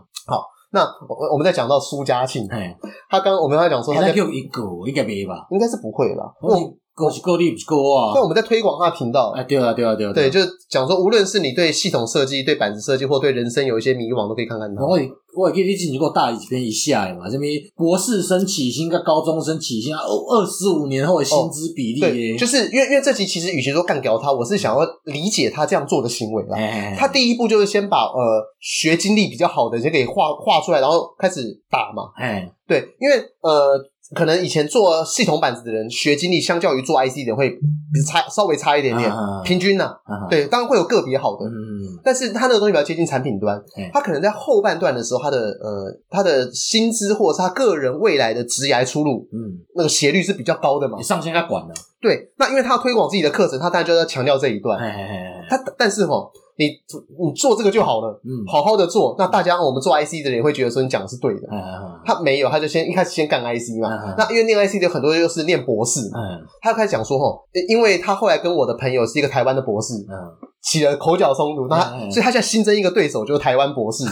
那我我们再讲到苏家庆，
哎，
他刚我们刚才讲说他
那
在
叫一个应该没吧？
应该是不会啦。
我是我是够你，不是够我
但
啊。
我们在推广他的频道，
哎，对啊，对啊，对啊，
对，
啊。
就是讲说，无论是你对系统设计、对板子设计，或对人生有一些迷惘，都可以看看他。
我会我会记你之前给我大一篇一下的嘛，什么博士生起薪跟高中生起薪啊，二十五年后的薪资比例
哦对，
耶，
就是因为因为这集其实与其说干掉他，我是想要理解他这样做的行为啦。
哎，
他第一步就是先把呃学经历比较好的先给画画出来，然后开始打嘛。
哎
对，因为呃可能以前做系统板子的人，学经历相较于做 IC 的人会比差稍微差一点点，
啊
平均呐、
啊
对，当然会有个别好的，
嗯
但是他那个东西比较接近产品端
嗯，
他可能在后半段的时候，他的呃他的薪资或者是他个人未来的职涯出路，
嗯，
那个斜率是比较高的嘛
你。上线该管了，
对，那因为他要推广自己的课程，他当然就要强调这一
哎
段。
哎哎，
他但是哈，你你做这个就好了，
嗯，
好好的做，那大家我们做 IC 的人也会觉得说你讲的是对的。
哎哎
他没有，他就先一开始先干 IC
嗯
嘛
嗯。
那因为念 IC 的很多就是念博士嘛，
哎，
他就开始讲说吼，因为他后来跟我的朋友是一个台湾的博士，
嗯，
起了口角冲突，那他
嗯
所以他现在新增一个对手就是台湾 博士，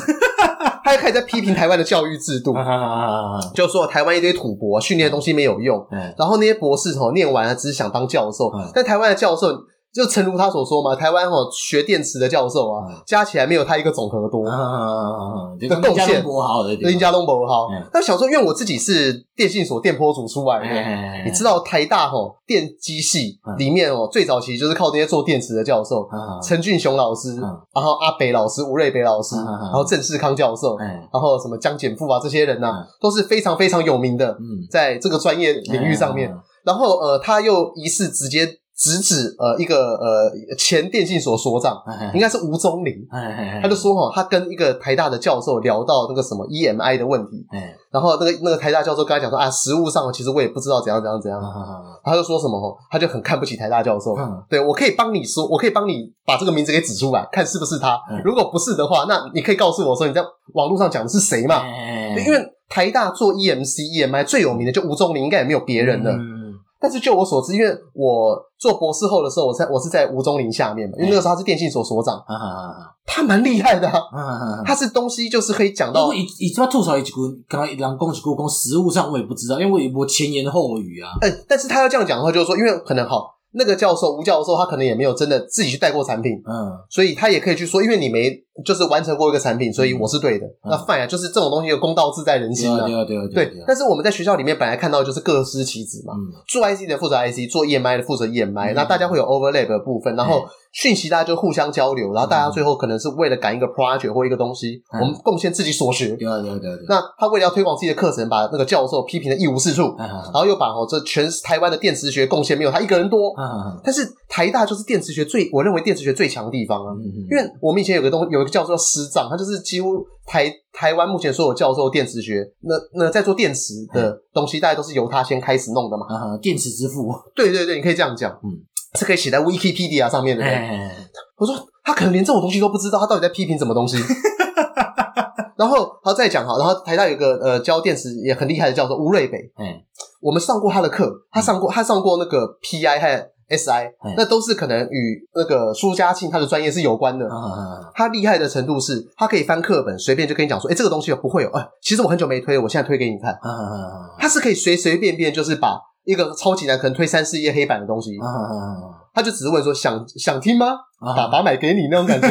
他就开始在批评台湾的教育制度，
啊，
就说台湾一堆土博训练的东西没有用，
哎，
然后那些博士吼念完了只是想当教授
嗯，
但台湾的教授就诚如他所说嘛，台湾哦学电池的教授啊
嗯，
加起来没有他一个总和多。
啊，就跟加博好的
林家东博好
嗯，
他想说，因为我自己是电信所电波组出来的，
哎，
你知道台大吼电机系
嗯
里面哦，最早期就是靠那些做电池的教授，
啊，
陈俊雄老师，
嗯
然后阿北老师、吴瑞北老师，
嗯嗯嗯
然后郑世康教授，
哎，
然后什么江简富啊这些人呐、
嗯
都是非常非常有名的，
嗯，
在这个专业领域上面。，然后呃，他又疑似直接直指呃一个呃前电信所所长，应
哎
该是吴宗林。
哎，
他就说哦，他跟一个台大的教授聊到那个什么 EMI 的问题，
哎，
然后那个那个台大教授跟他讲说啊，实物上其实我也不知道怎样怎样怎样，
啊，
他就说什么哦，他就很看不起台大教授，
嗯
对，我可以帮你说，我可以帮你把这个名字给指出来，看是不是他
嗯。
如果不是的话，那你可以告诉我说你在网络上讲的是谁
哎
嘛？
嗯
对因为台大做 E EMC、EMI 最有名的就吴宗林，应该也没有别人
嗯
了。但是就我所知，因为我做博士后的时候，我在我是在吴宗林下面嘛，因为那个时候他是电信所所长，
啊
他蛮厉害的、啊，
啊
他是东西就是可以讲
因
到
为。伊伊即摆吐槽伊一句，刚刚人讲一句讲实物上我也不知道，因为伊无前言后语啊。
嗯，但是他要这样讲的话，就是说，因为可能好，那个教授吴教授他可能也没有真的自己去带过产品，
嗯
所以他也可以去说，因为你没就是完成过一个产品，所
嗯
以我是对的。那 fine 啊，就是这种东西有公道自在人
对
心
啊
啊。
对啊对啊
对，但是我们在学校里面本来看到的就是各司其职嘛，
嗯
做 IC 的负责 IC，做 EMI 的负责 EMI，、
嗯
那大家会有 overlap 的部分，然后讯息大家就互相交流，然后大家最后可能是为了赶一个 project 或一个东西，
嗯
我们贡献自己所学。
对啊对啊对啊对啊。
那他为了要推广自己的课程，把那个教授批评的一无是处，
啊
然后又把哦这全台湾的电磁学贡献没有他一个人多，
啊
但是台大就是电磁学最，我认为电磁学最强的地方啊。
嗯
因为我们以前有个东有一个教授叫师长，他就是几乎台台湾目前所有教授电磁学，那那在做电池
嗯
的东西，大概都是由他先开始弄的嘛。
啊电池之父，
对对对，你可以这样讲，
嗯，
是可以写在 Wikipedia 上面的。
哎
我说他可能连这种东西都不知道，他到底在批评什么东西。 然后，然后再讲哈，然后台大有一个呃教电池也很厉害的教授吴瑞北，
哎
我们上过他的课，他上过他上过那个 PI 和 SI，
嗯
那都是可能与那个苏家庆他的专业是有关的。
啊
他厉害的程度是，他可以翻课本，随便就跟你讲说，哎、这个东西不会有，哎、其实我很久没推了，我现在推给你看。
啊啊
他是可以随随便便就是把一个超级难，可能推三四页黑板的东西，
啊！
他就只是问说想想听吗？爸爸买给你那种感觉，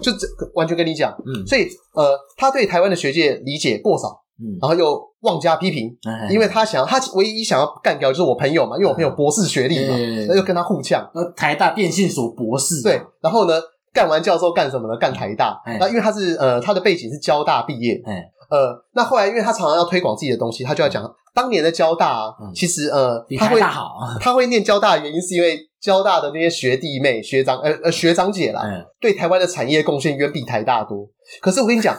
就这完全跟你讲。
嗯
所以呃，他对台湾的学界理解过少，
嗯，
然后又妄加批评，
哎
因为他想他唯一想要干掉就是我朋友嘛，因为我朋友博士学历嘛
嗯，
那就跟他互呛。
呃台大电信所博士，
对，然后呢，干完教授干什么呢？干台大
哎。
那因为他是呃，他的背景是交大毕业，
哎，
呃，那后来因为他常常要推广自己的东西，他就要讲当年的交大啊
嗯，
其实呃
比，
他
台
会
大好，
他会念交大的原因是因为交大的那些学弟妹、学长呃呃学长姐啦，
嗯，
对台湾的产业贡献远比台大多。可是我跟 你讲，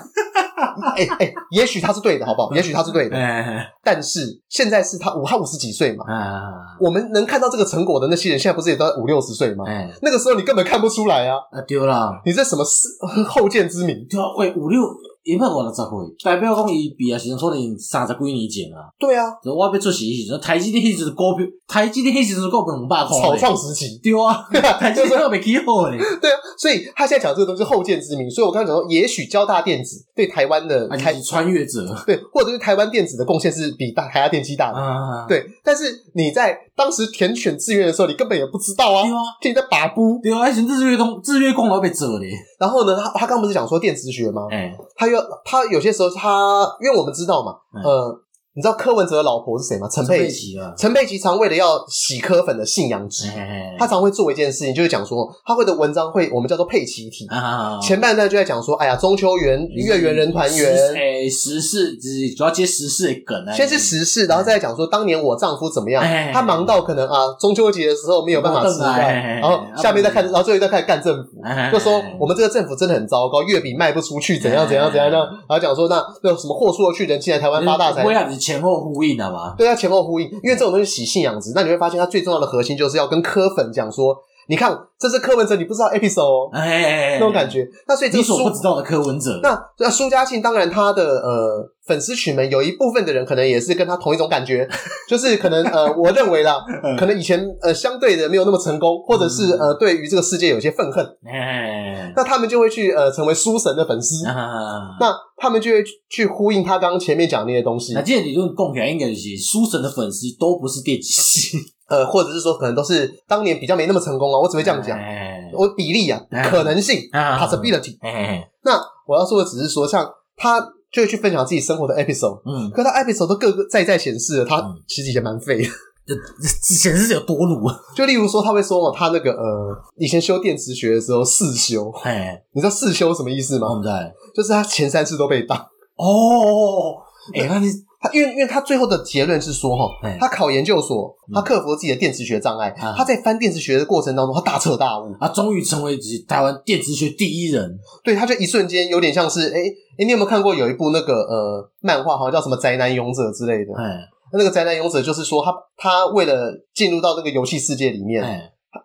哎哎、也许他是对的，好不好？也许他是对的，
哎
但是现在是他五他五十几岁嘛，
啊，
我们能看到这个成果的那些人，现在不是也都五六十岁吗？
哎，
那个时候你根本看不出来啊！
啊对啦，
你这什么世后见之明？
对啊，喂五六。伊捌五六十岁，代表讲伊毕业时阵可能三十几年前啊。
对啊，
就我要出事迄时阵，台积电迄时阵股票，台积电迄时阵股票两百块
草
咧
创时期。
对啊，台积电都袂起好 咧。
对啊，所以他现在讲这个东西是后见之明，所以我刚刚讲说，也许交大电子对台湾的
啊，
台、
你是穿越者
对，或者是台湾电子的贡献是比大台大电机大的。
啊，
对，但是你在当时填选志愿的时候，你根本也不知道啊
对，啊，
就你在把布。
对啊，迄时阵日月光日月光老被做咧。
然后呢，他他刚不是讲说电磁学吗？
哎，
他又他有些时候他，因为我们知道嘛，
嗯
呃，你知道柯文哲的老婆是谁吗？陈佩琪。
奇啊，
陈佩琪常为了要洗柯粉的信仰值，
哎
他常会做一件事情，就是讲说他会的文章会我们叫做佩奇体。
啊
前半段就在讲说，哎呀，中秋圆、月圆人团圆，
哎，时事只主要接时事的梗啊。
先是时事，然后再讲说当年我丈夫怎么样
哎，
他忙到可能啊中秋节的时候没有办法吃
哎哎哎
饭，然后下面再看，
哎哎
然后最后一段开始干政府，
哎，哎
就说我们这个政府真的很糟糕，月饼卖不出去，怎样怎样怎样，然后然后讲说那那什么货出得去，人进来台湾发大财
我。也是啊前后呼应啊嘛。
对他前后呼应，因为这种东西喜信养值，那你会发现它最重要的核心就是要跟柯粉讲说，你看这是柯文哲，你不知道 episode 哦
哎，
那种感，觉，那所以这
你
个
所
书
不知道的柯文哲。
那那苏家庆当然他的呃粉丝群们有一部分的人可能也是跟他同一种感觉， 就是可能 呃我认为啦，可能以前呃相对的没有那么成功，或者是
嗯
呃对于这个世界有些愤恨，
哎，
那他们就会去呃成为书神的粉丝，
啊
那他们就会去去呼应他刚刚前面讲的那些东西
那，这个理论供起来，应该就是书神的粉丝都不是电击 系，
呃或者是说可能都是当年比较没那么成功啊，我只会这样讲，
哎
我比例啊
哎
可能性
啊
possibility，
哎，
那我要说的只是说像他就会去分享自己生活的 episode。
嗯，
可他 episode 都各个在在显示了，他
嗯
其实以前蛮废的。
之前是有多鲁，啊
就例如说，他会说哦，他那个呃，以前修电磁学的时候四修，
哎，
你知道四修什么意思
我
吗？
们在
就是他前三次都被当。
哦，哎，那你
他因为因为他最后的结论是说哈
哎，
他考研究所，
嗯
他克服了自己的电磁学障碍，
啊
他在翻电磁学的过程当中，他大彻大悟，
啊，终于成为就是台湾电子学第一人，
对，他就一瞬间有点像是哎哎，诶你有没有看过有一部那个呃漫画，好像叫什么《宅男勇者》之类的？
哎
那个《宅男勇者》就是说他他为了进入到那个游戏世界里面，
哎，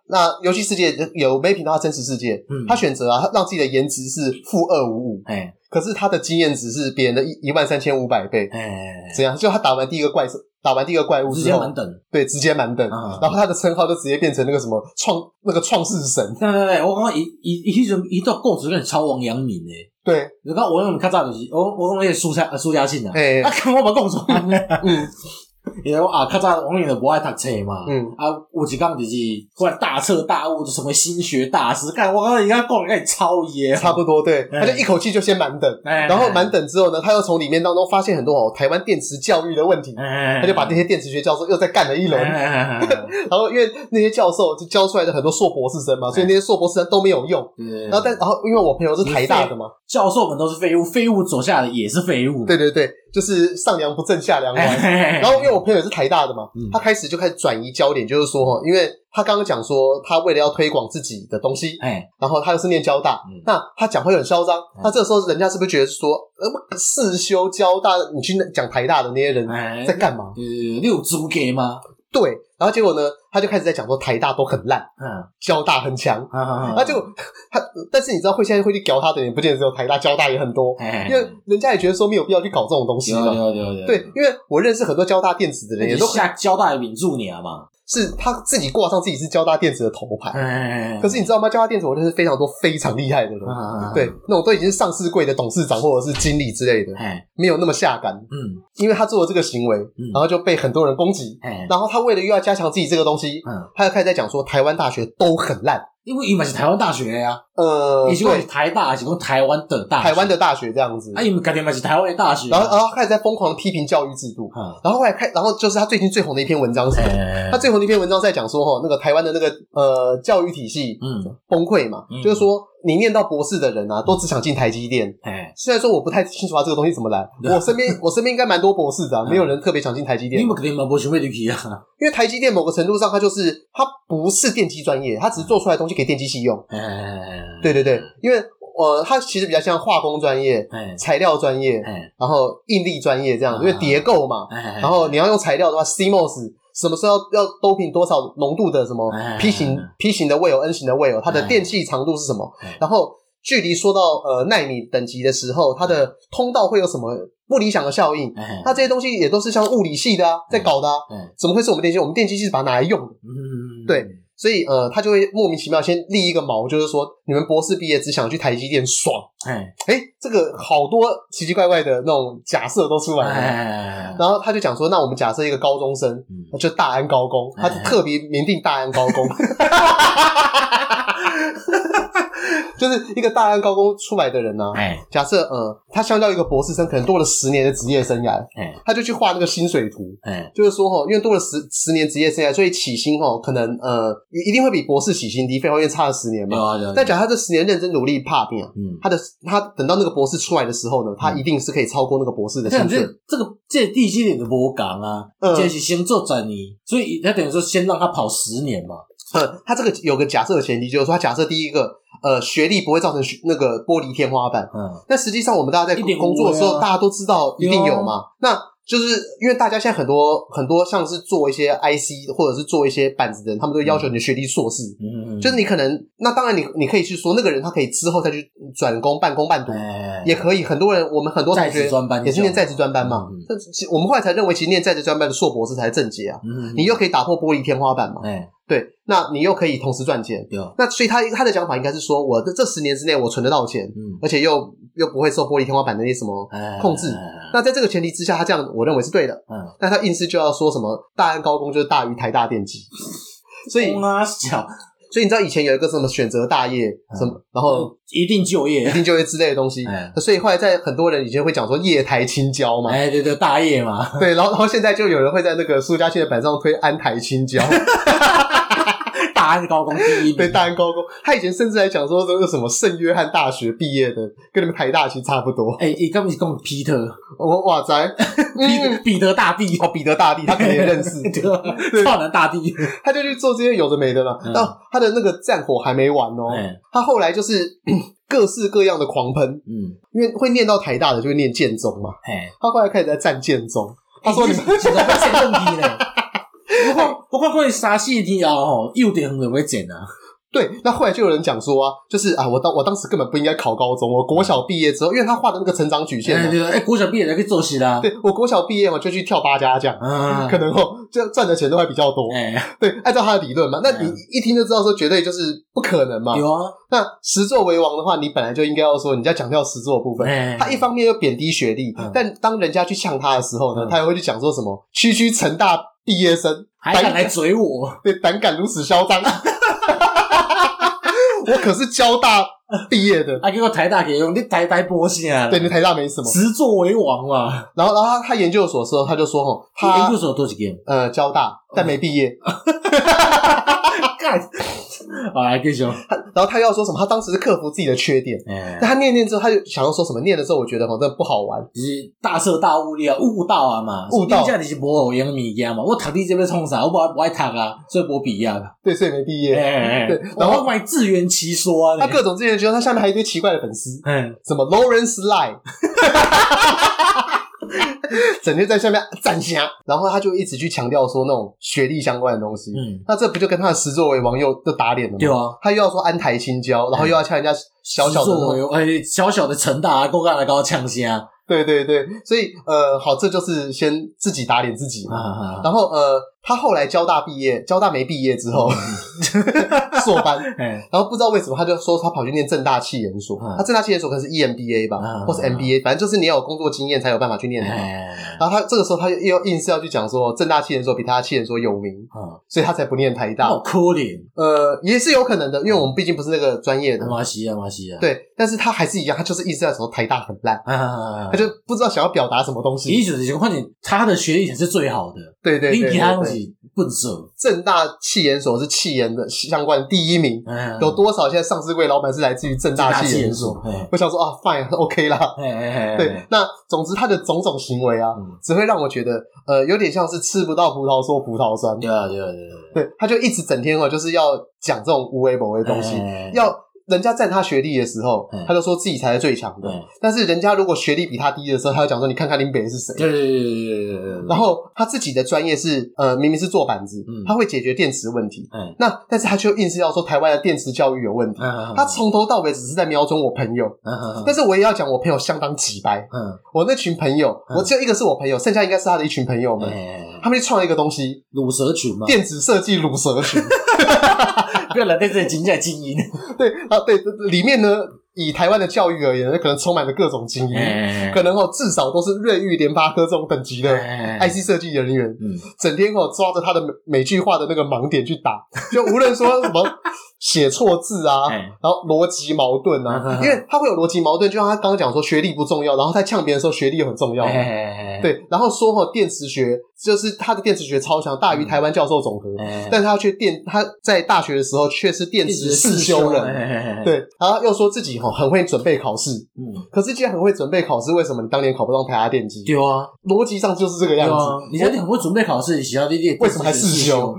那游戏世界有没品到他真实世界，
嗯
他选择啊，他让自己的颜值是负二五五，
哎
可是他的经验值是别人的一一万三千五百倍，
哎，
怎样？就他打完第一个怪兽，打完第一个怪物
直
之
接
后
满，等。
对，直接满等，
啊
然后他的称号就直接变成那个什么创那个创世神，
对对对，我讲伊伊伊迄阵伊到故事跟超王阳明诶，
对，
你看我用较早就是我我讲迄个苏家苏家庆啊，
哎、
啊，看我嘛讲错人
嗯
因为我啊较早王阳明就无爱读册嘛，
嗯，
啊，有一讲就是突然大彻大悟，就成为心学大师。干，我刚刚人家讲你超耶，
差不多，对，
哎
他就一口气就先满等，
哎，
然后满等之后呢，他又从里面当中发现很多哦台湾电池教育的问题。
哎，
他就把那些电磁学教授又再干了一轮，
哎，
然后因为那些教授就教出来的很多硕博士生嘛，所
哎
以那些硕博士生都没有用，
然
然后但然后因为我朋友是台大的嘛，
教授们都是废物，废物走下来也是废物。
对对对，就是上梁不正下梁
哎，
歪。
然
然后因为我朋友是台大的嘛
嗯，
他开始就开始转移焦点，就是说哈，因为他刚刚讲说他为了要推广自己的东西，
哎，
然后他又是念交大
嗯，
那他讲话又很嚣张，那这时候人家是不是觉得说，呃，世修交大，你去讲台大的那些人
哎
在干嘛？
呃，你有资格吗？
对，然后结果呢，他就开始在讲说台大都很烂，
嗯，
交大很强，
啊
他就 他，但是你知道会现在会去屌他的人，不见得只有台大、交大也很多，
哎，
因为人家也觉得说没有必要去搞这种东西
有
嘛。
有有有，
对，因为我认识很多交大电子的人，也
也
都
下交大的名著你啊嘛，
是他自己挂上自己是交大电子的头牌。
哎，
可是你知道吗？交大电子我就是非常多非常厉害的人，
啊，
对，那种都已经是上市柜的董事长或者是经理之类的，
哎，
没有那么下杆，
嗯，
因为他做了这个行为，
嗯
然后就被很多人攻击。
哎，
然后他为了又要加强自己这个东西，
嗯，
他又开始在讲说台湾大学都很烂，
因为伊嘛是台湾大学的啊，
呃，
伊是讲
对，
台大，还是讲台湾的大学，
台湾的大学这样子
啊，。伊们家己嘛是台湾的大学啊，
然后，然后他开始在疯狂地批评教育制度。
啊，
然后后来看，然后就是他最近最红的一篇文章是什么？
哎，
他最红的一篇文章是在讲说，哈，那个台湾的那个呃教育体系
嗯，
崩溃嘛，
嗯
就是说你念到博士的人啊，都只想进台积电。
哎，
虽然说我不太清楚他这个东西怎么来，
啊
我身 边我身边应该蛮多博士的、
嗯
啊，没有人特别想进台积电，
你
因
们肯定嘛无想要入去啊，
为台积电某个程度上它就是它不是电机专业，它只是做出来的东西给电机系用。
哎，
对对对，因为呃，它其实比较像化工专业、
哎，
材料专业，
哎，
然后应力专业这样，
啊
因为叠构嘛，
哎，
然后你要用材料的话，CMOS 什么时候要要都品多少浓度的什么
哎
P 型 P 型的 well、N 型的 well，它的
哎
电器长度是什么
哎？
然后距离说到呃纳米等级的时候，它的通道会有什么不理想的效应？
哎，
那这些东西也都是像物理系的啊，在搞的啊，
哎，
怎么会是我们电机？我们电机是把它拿来用的，
嗯，
对，所以呃，他就会莫名其妙先立一个锚，就是说你们博士毕业只想去台积电爽，
哎，
哎，这个好多奇奇怪怪的那种假设都出来了。
哎，
然后他就讲说，那我们假设一个高中生，
嗯
就大安高工，他就特别明定大安高工， 就是一个大安高工出来的人呢、啊
哎，
假设呃，他相较一个博士生，可能多了十年的职业生涯，
哎，
他就去画那个薪水图，
哎，
就是说哈，因为多了十十年职业生涯，所以起薪哈，可能呃一定会比博士起薪低，废话，因为差了十年
有
嘛。
啊有啊，
但假如他这十年认真努力怕病啊，
嗯。
他的他等到那个博士出来的时候呢，他一定是可以超过那个博士的
啊这
薪
样
水。
这这个这地基点的无共啊，
嗯
这是先做转移，所以他等于说先让他跑十年嘛。
呃，他这个有个假设的前提，就是说他假设第一个，呃，学历不会造成学那个玻璃天花板。
嗯，
那实际上我们大家在
一定
工作的时
不
候，
会啊啊
大家都知道一定有嘛。那就是因为大家现在很多很多像是做一些 IC 或者是做一些板子的人，他们都要求你的学历硕士。
嗯
就是你可能，那当然你你可以去说那个人他可以之后再去转工半工半读，
哎，
也可以。很多人我们很多同
在职
学
专班
也是念在职专班嘛
嗯嗯，
但是其我们后来才认为，其实念在职专班的硕博士才是正解啊。
嗯，
你又可以打破玻璃天花板嘛，
哎
对，那你又可以同时赚钱。
对，
那所以他他的讲法应该是说，我这这十年之内我存得到钱，
嗯，
而且又又不会受玻璃天花板那些什么。
哎
控制那在这个前提之下，他这样我认为是对的。
嗯，
那他硬是就要说什么大安高工就是大于台大电机，所以
公啊小，
所以你知道以前有一个什么选择大业
嗯
什么，然后
一定就
一
业。
定就业之类的东西
哎，
所以后来在很多人以前会讲说夜台青椒嘛，
哎，对对，大业嘛，
对，然后然后现在就有人会在那个苏家庆的板上推安台青 椒，
大安高工第一名。
对，大安高工，他以前甚至还讲说这个什么圣约翰大学毕业的，跟你们台大其实差不多。
哎，伊刚是讲彼得，
我哇 嗯塞，
彼得彼得大帝，，
哦，彼得大 帝，他可能也认识
对，少男大帝。
他就去做这些有的没的了。
嗯
然后他的那个战火还没完哦，
哎，
他后来就是 各式各样的狂喷，
嗯，
因为会念到台大的就会念建中嘛，
哎，
他后来开始在战建中。他说你们
们真的会剪问题嘞。我看我看过三四天后吼，幼稚园就会剪啊。
对，那后来就有人讲说啊，就是啊，我当我当时根本不应该考高中，我国小毕业之后，因为他画的那个成长曲线
哎
嘛，
对对，哎，国小毕业就去做事啦。
对我国小毕业嘛就去跳八家将，
啊，
可能哦，就赚的钱都还比较多。
哎，
对，按照他的理论嘛，那你
嗯
一听就知道说绝对就是不可能嘛。
有啊，
那实作为王的话，你本来就应该要说你在强调实作的部分。
哎，
他一方面又贬低学历，
嗯
但当人家去呛他的时候呢，
嗯
他又会去讲说什么“区区成大毕业生，
还敢来嘴我，
对胆敢如此嚣张”， 我可是交大毕业的，
啊，结果台大给用，你台台波啥？
对，你台大没什么。
直作为王嘛。
然后，然后他他研究所的时候，他就说：“哦，
你研
他
究所嗯多 几间？
呃交大，但没毕业。”
干，啊，继续。
他然后他又要说什么？他当时是克服自己的缺点。
哎
但，他念念之后，他就想要说什么？念的时候，我觉得好像不好玩。
就是大彻大悟了，悟道啊嘛，
悟道
你这就是无用物件嘛。我读你这边创啥？我不爱不爱读啊，所以无必要。
对，所以没毕业。
哎，
对然
然
后
后买自圆其说啊，
他各种资源觉得他下面还有一堆奇怪的粉丝，
嗯，
什么 Lawrence Lie，整天在下面啊站瞎。然后他就一直去强调说那种学历相关的东西。
嗯，
那这不就跟他的实作为王又又打脸了
对
吗？
啊，
他又要说安台青椒，然后又要呛人家小小的那
作
种。
为哎小小的成大啊，够干来搞呛声啊
对对对，所以呃，好，这就是先自己打脸自己嘛。
啊，
然后呃，他后来交大毕业，交大没毕业之后， 硕班，
哎，
然后不知道为什么他就说他跑去念正大气研所
嗯，
他正大气研所可能是 E EMBA 吧
嗯，
或是 MBA，反正就是你要有工作经验才有办法去念它。
哎，
然后他这个时候他又又硬是要去讲说正大气研所比他气研所有名，
啊，
所以他才不念台大。
好可怜，
呃，也是有可能的，因为我们毕竟不是那个专业的
他。妈西啊，妈西啊，，
对，但是他还是一样，他就是硬是要说台大很烂，
啊
他，就不知道想要表达什么东
其
西。
实就是看你他的学历才是最好的，
对对对
你
对
其他东
对，
西笨手，
正大气研所是气研的相关第一名，
哎，
有多少现在上市柜老板是来自于正大
大
气
气
研
人
所？
数，哎，
我想说啊，fine，OK 啦。
哎哎哎，
对，那总之他的种种行为啊，
嗯，
只会让我觉得，呃，有点像是吃不到葡萄说葡萄酸。
对啊，对啊，对啊，对啊
对，他就一直整天哦，就是要讲这种无为不为的东西，
哎
要人家赞他学历的时候
嗯，
他就说自己才是最强的。
对
但是人家如果学历比他低的时候，他就讲说：“你看看林北是谁。
对对对对对对，”
然后他自己的专业是呃，明明是做板子
嗯，
他会解决电池问题。
哎，
那但是他却硬是要说台湾的电池教育有问题。
他
他从头到尾只是在瞄准我朋
嗯
友，但
但
是我也要讲我朋友相当急掰。
嗯，
我那群朋友，
嗯
我只有一个是我朋友，剩下应该是他的一群朋友们，
哎，
他们去创了一个东西
乳蛇群
——，
嘛
电子设计乳蛇 群。
不要来对这里精在精英，
对啊，对，这里面呢，以台湾的教育而言，可能充满了各种精英，
哎
可能哦，至少都是瑞昱、联发科这种等级的
哎
IC 设计人员，
嗯，
整天哦抓着他的每每句话的那个盲点去打，就无论说什么写错字 啊，
哎
然后逻辑矛盾啊
嗯，
因为他会有逻辑矛盾，就像他刚刚讲说学历不重要，然后在呛别人的时候学历很重要。
哎，
对，然后说哦，电磁学就是他的电磁学超强，大于台湾教授总和，
哎，
但是他却电他在大学的时候却是电磁四修人，
人，
对，然后又说自己吼哦很会准备考试，
嗯，
可是既然很会准备考试，为什么你当年考不上台大电机？
对啊，
逻辑上就是这个
对
样
啊
子，，
你说你很会准备考试，你学校弟弟
为什么还四修？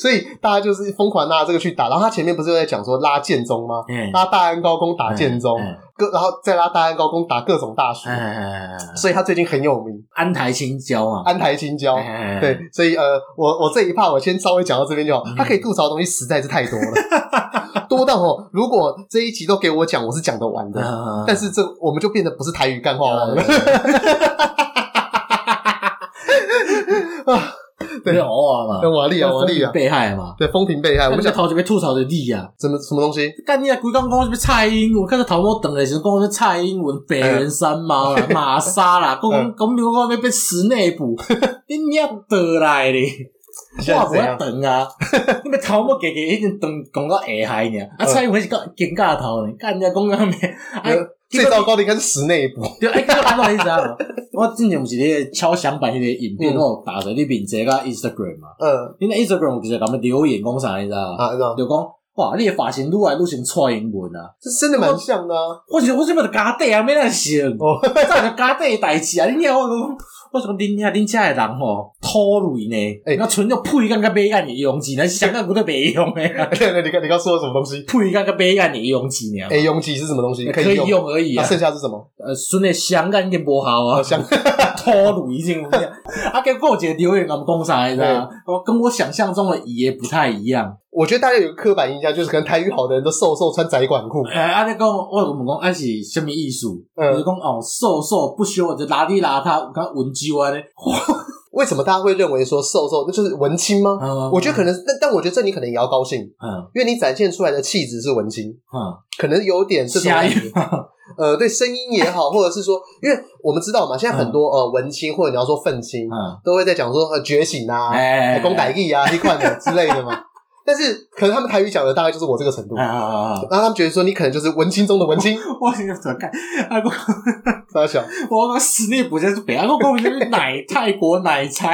所以大家就是疯狂拿这个去打。然后他前面不是有在讲说拉建中吗？
哎，
拉大安高工打建中，
哎
各然后再拉大安高工打各种大学，
哎哎，哎
所以他最近很有名，
安台青椒嘛，
安台青椒。
哎
对，，所以呃，我我这一趴我先稍微讲到这边就好。他可以吐槽的东西实在是太多了， 多到哦，如果这一集都给我讲，我是讲得
嗯
完的。但
但
是这我们就变得不是台语干话王了。对
对偶尔嘛，
跟瓦力啊，瓦力啊，
被害嘛，
对，风评被害。我
我
们
们
讲
头就被吐槽的力啊。
什么什么东西？
干你啊！规工讲什么蔡英文，看到头毛长的时候讲什么蔡英文、
哎
白人山猫啦、马莎啦，讲
嗯
讲讲讲讲要变室内 部，你娘倒来咧！
现在
我
是
无
怎样？
要长啊！你咪头毛给给迄阵长讲到下海尔，啊
嗯
蔡英文是个肩胛头呢，干你啊讲到咩？哎，
最糟糕的应该是室内部。
对，哎，叫安怎你知道无？ 我之前毋是咧敲响版迄个影片，
嗯
我有打出来你面这个 Instagram 嘛，
嗯
你那 Instagram 有一个甲我们留言讲啥，你知道吗？
啊，是吧
就讲哇，你的发型愈来愈像蔡英文啊！
这真的蛮像的 啊。
我是我是要家底啊，免那想，
哦
早就家底的代志啊！你听我讲，我想恁遐恁遮的人吼，土类呢，
欸
那存着配干甲买干会用钱，咱香港骨都袂用诶，
你刚你刚说了什么东西？
配干甲买干会用钱尔，
哎，拥挤是什么东西？
可
以
以用而已
啊，
啊。
剩下是什么？
呃，剩诶香港已经无效啊
好， 像
土类已经有影。 啊，结果有一个留言甲我讲啥，你知道吗？我跟我想象中的伊也不太一样。
我觉得大家有个刻板印象，就是可能台语好的人都瘦瘦穿窄管裤。
诶，啊，你讲我问讲，啊是什么意思？就是
嗯，
讲哦，瘦瘦不修，就邋里邋遢，有讲文酒安尼。
为什么大家会认为说瘦瘦那就是文青吗？
嗯
哦我觉得可能，但但我觉得这你可能也要高兴，
嗯
因为你展现出来的气质是文青，
嗯，
可能有点这种
下
感
一
觉。呃，对声音也好，或者是说， 因为我们知道嘛，现在很多、呃文青或者你要说愤青，
嗯，
都会在讲说呃觉醒啊、
哎
公改义啊、一块的 之类的嘛。但是可能他们台语讲的大概就是我这个程度，
啊
然
啊啊！啊
后他们觉得说你可能就是文青中的文 青，
我是怎么看？啊，我
大家想，
我讲室内不就是北啊，我讲就是奶泰国奶茶，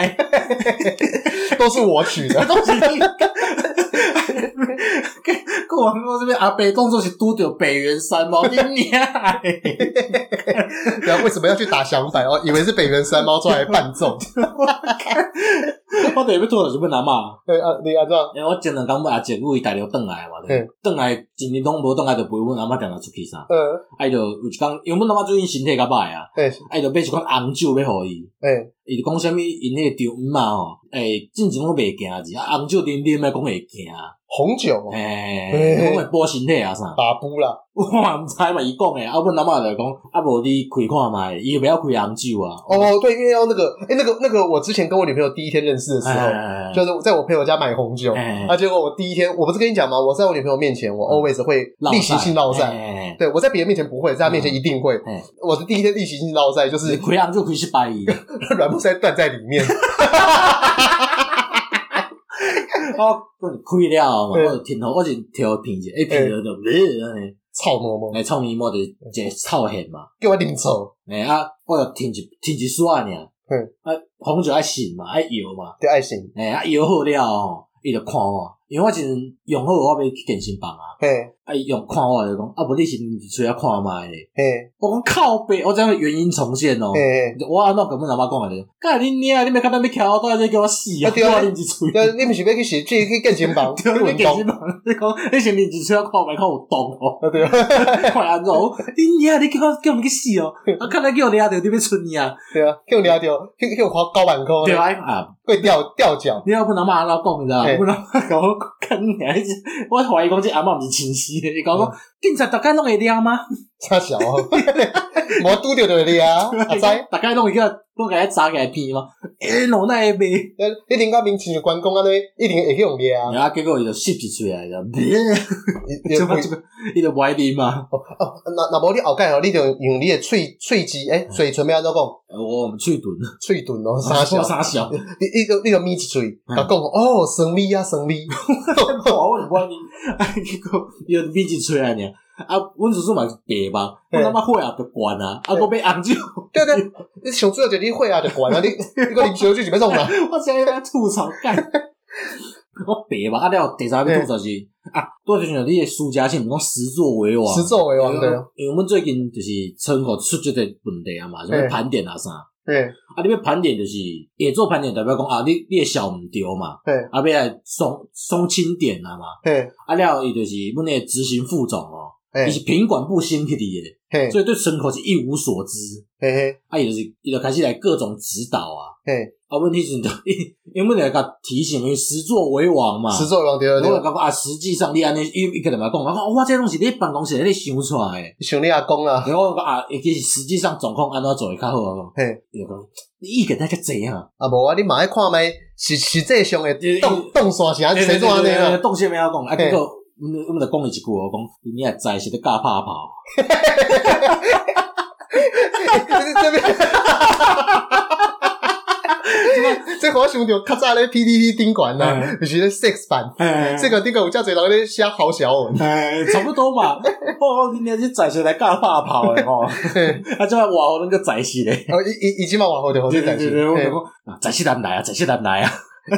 都是我取 的。
都是你。 跟我们这边阿北动作是拄着北原山猫，你 娘的！
然啊后为什么要去打响板？哦，以为是北原山猫抓来伴 奏。
我等下要做什么难嘛？
对啊，你按照
哎因为我前两天我阿姐位大陆转来嘛，对
嗯，
转来一年拢无转来，就陪阮阿妈定定出去啥，
呃，
啊伊就有一工，因为阮阿妈最近身体较歹啊，
哎
啊伊就买一款红酒要互伊。
哎
伊哎就讲啥物，因迄个中午嘛吼，诶，进前我袂惊字，啊，红酒啉啉诶，讲会惊，啊，
红酒哦，
诶、
嘿
讲会补身体啊啥？
把布啦，
我嘛毋知嘛，伊讲诶，啊，阮阿嬷就讲，啊无你开看觅，伊袂晓开红酒啊。
哦，对，因为要那个，哎，那个那个，我之前跟我女朋友第一天认识的时候，
哎，
就是我在我朋友家买红酒，
哎嗯
啊，结果我第一天，我不是跟你讲吗？我在我女朋友面前，我 always 会例行性闹赛，
哎，
对我在别人面前不会，在她面前一定会
哎。嗯
我的第一天例行性闹赛就是
是开红酒开失败伊。
软木塞断在里面，
哦，开了嘛，
对
我就停头，我就跳片者，一片就就呃安尼，
操嬷嬷，
来创伊摸着一个臭现嘛。
给我领走，
诶啊，我就停一停一丝仔尔。
嗯
啊，红酒爱浸嘛，爱摇嘛。
对爱心，
诶啊，摇好了吼，伊就看我，因为我一阵用好，我要去健身房啊。
嘿，
啊，伊用看我就讲，啊无你是毋是出来看卖咧？
嘿，
我讲靠背，我这样原因重现哦。
嘿，
我安怎根本阿妈讲的，干你娘，你咪看到要徛我倒来叫我死啊！
啊对啊
我啉一喙，
那你不是要去写去去更新房，去
对啊，
运
你健身
动，
房，你讲你先啉一喙，我看我咪看有动哦，
啊对啊，
看安怎？我你娘，你叫我叫我去死 哦！啊，看来叫我抓着你要出你啊，
对啊，给我聊掉，给给我滑高板空
对，吧？啊，
会掉掉脚，
你要不能骂阿妈讲，你知道
嘿
吗？不然阿妈讲我干你娘！我怀疑讲这阿嬷毋是亲生的，伊讲讲警察大概拢会抓吗？
差小啊， 我拄着着你 啊，阿仔。
大概拢会叫拢给他扎起来片吗？哎，哪那会袂？
呃，你顶到面前的关公安尼，一定会去用掠啊！
然后结果伊就吸一喙来， 就，
也也
就
不
嗯这个，伊就歪啉嘛。
哦，那那无你后盖哦，你就用你的喙喙齿，诶，嘴唇要安怎讲？
哦我们去炖，
喙唇 哦，三小，
傻笑，
你你就你就眯一喙，
嗯
甲讲哦，生米啊，生米，
我就歪啉，啊，结果伊就抿一喙来尔。啊，阮叔叔嘛是白嘛，阮阿妈火也着悬啊，啊，我要红酒，
对对，你上主要就是你血压就悬 啊，你你个啉烧酒是要创啊啥？
我现在在吐槽干。我白嘛，啊了第三要吐槽是啊，多就是你的输家性，讲始作为王，
始作为王的，
因为阮最近就是村口出即个问题啊嘛，什么盘点啊啥。
对
啊，你要盘点就是，也做盘点代表讲啊，你你的小毋对嘛，
对
啊，要来松松清点啊嘛，
对，
啊了伊就是阮诶执行副总哦，伊
嘿
是品管部新去的耶，
嘿
所以对村口是一无所知，
嘿嘿
啊，伊就是伊就开始来各种指导啊，
嘿，
啊，问题是就因为来甲提醒，因为实作为王嘛，
始作为王对
我
对
就感觉啊，实际上你安尼伊伊可能嘛讲，我讲我这拢是你办公室咧想出来的，
对，想你阿公啊，
然后我讲啊，其实实际上总控安怎做会较好啊，我
嘿，
讲伊就讲你意见大家怎样？
啊无啊，你嘛爱看麦实实际上的动动线是安谁做安尼啊？
动线没有讲，啊，
嘿
结果我们我们就讲伊一句话，我讲你也知是咧教拍跑，
这这边，这我想到较早咧 PDD 顶管啦，
嗯
就是咧 Six 版，这
这
个顶管有遮侪人咧写好小文，
哎，差不多嘛。哦，你也是知是来教拍跑的吼，
嘿
啊，即摆外号那个知是咧。
哦，已已已经蛮往后的，我
对
就
对
感
对对，我就
谢。
讲啊，知是男来啊，知是男来啊，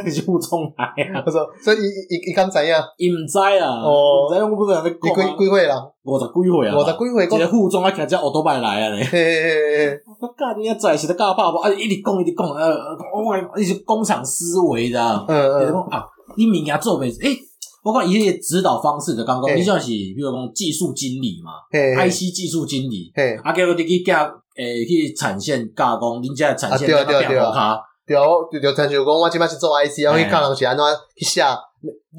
你是互冲来啊，
我说，所以伊伊伊敢知影，
伊毋知啊，
哦
毋知我不知道在
伊
讲
几
啊，
几岁人，
五十几岁啊，
五十几岁
一个
讲，
互冲啊，骑只奥多拜来啊咧。
嘿嘿嘿嘿，
我干，你也知是咧教拍跑，啊，一直讲一直讲，呃，哦，伊是工厂思维的啊。
嗯
就
嗯
是讲啊，你物件做袂，诶、我讲伊个指导方式就讲
嘿
讲，你像是比如讲技术经理嘛
嘿嘿
，IC 技术经理，
嘿，
啊，结果你去教诶去产线教讲，恁遮产线
啊对啊对啊
变好卡，
对啊，我就就参想讲，我即摆是做 IC，然后去教人是安怎去写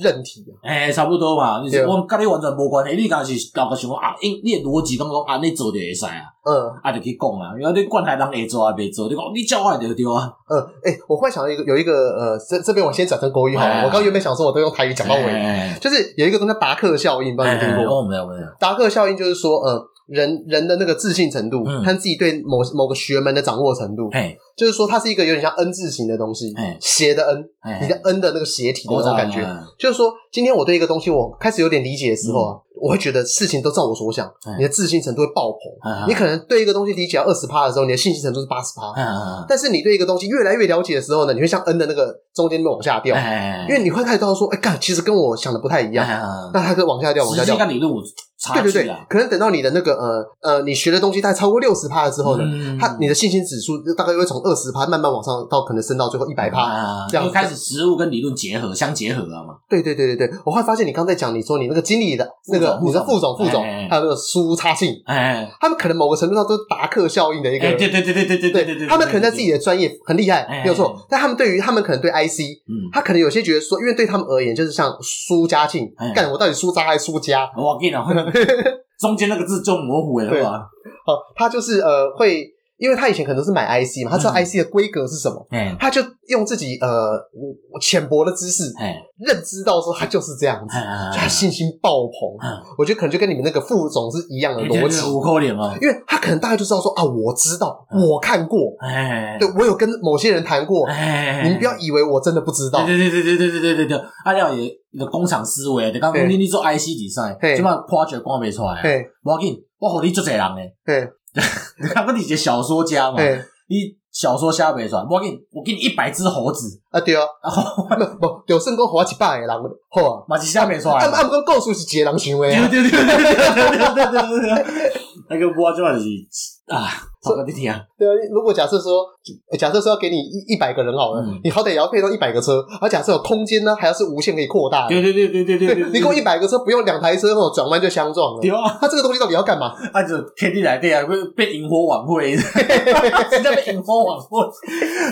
韧体啊，
诶，差不多嘛，就是
对啊
我甲你完全无关系，你讲是老个想讲啊，因你的逻辑讲讲啊，你做就会使啊，
嗯。
啊就去讲啊，因为你管他人会做啊，袂做，你讲你教我就对啊，
呃，哎、我忽然想到一个，有一个呃，这这边我先转成国语好了。
哎
我刚原本想说，我都用台语讲到尾，
诶，
就是有一个东西叫达克效应，不知道你听
诶
过？
我没有没有，
达克效应就是说，呃，人人的那个自信程度
嗯
和自己对某某个学门的掌握程度，
嘿，
就是说它是一个有点像 N 字形的东西
哎，
斜的 N，
哎
你的 N 的那个斜体的那种感觉。
嗯
就是说，今天我对一个东西我开始有点理解的时候啊，我会觉得事情都照我所想，
哎
你的自信程度会爆棚。
哎
你可能对一个东西理解到二十趴的时候，你的信心程度是八十趴。
嗯嗯
但是你对一个东西越来越了解的时候呢，你会像 N 的那个中间往下掉
嗯，，哎
哦因为你啊会开始知道说，哎、干，其实跟我想的不太一样，
嗯
那它就往下掉，往下
实际
掉。
跟理论有差
对对
距
对
啊。，
可能等到你的那个呃呃，你学的东西大概超过六十趴了之后呢，
嗯
它你的信心指数大概会从二十趴慢慢往上，到可能升到最后一百趴。
啊，
这样
就
子
开始实物跟理论结合相结合了嘛？
对对对对对，我后来发现你刚才讲，你说你那个经理的那个
副总
你的副总、
副
副
总
总，
哎哎
还有那个苏差信，
哎，
他们可能某个程度上都是达克效应的一个
哎，对对对对对对对对，
他们可能在自己
的，
的专业很厉害，没有
哎哎
错。但他们对于他们可能对 IC，
嗯，
他可能有些觉得说，因为对他们而言，就是像苏家庆
哎，
干我到底苏家还是苏家？
我跟你讲，啊 中间那个字就模糊了，对吧？
哦，他就是呃会，因为他以前可能是买 IC 嘛，他知道
嗯
IC 的规格是什么，
哎
他就用自己呃我我浅薄的知识
哎
认知到说他就是这样子，
哎，
所以他信心爆棚。我觉得可能就跟你们那个副总是一样的逻辑，
五扣脸嘛，
因为他可能大概就知道说啊，我知道，
嗯
我看过，
哎，
对我有跟某些人谈过，
哎，
你们不要以为我真的不知道。
对对对对对对对对对，啊了也的工厂思维，就讲讲你你做 IC 比赛，即码 project 看袂出来，
嘿，
无要紧，我互你做侪人诶，
嘿，
你看我你一个小说家嘛，
嘿，
你小说写袂出来，我给你我给你一百只猴子，
啊对啊，
然后
不不，有胜过活一百个人，好 啊。
嘛是写袂出来
啊，啊，不过故事是一个人想的
对
啊，
对对对对对对对对，那个我主要是啊，头壳你听，
对啊。如果假设说，呃假设说要给你一一百个人好了
嗯，
你好歹也要配上一百个车，而假设有空间呢，还要是无限可以扩大的
对。对对对对对对，
你够一百个车，不用两台车哦，转弯就相撞了
对。啊，
他这个东西到底要干嘛？
啊就天地来对啊，被萤火晚 会，真的被萤火晚会，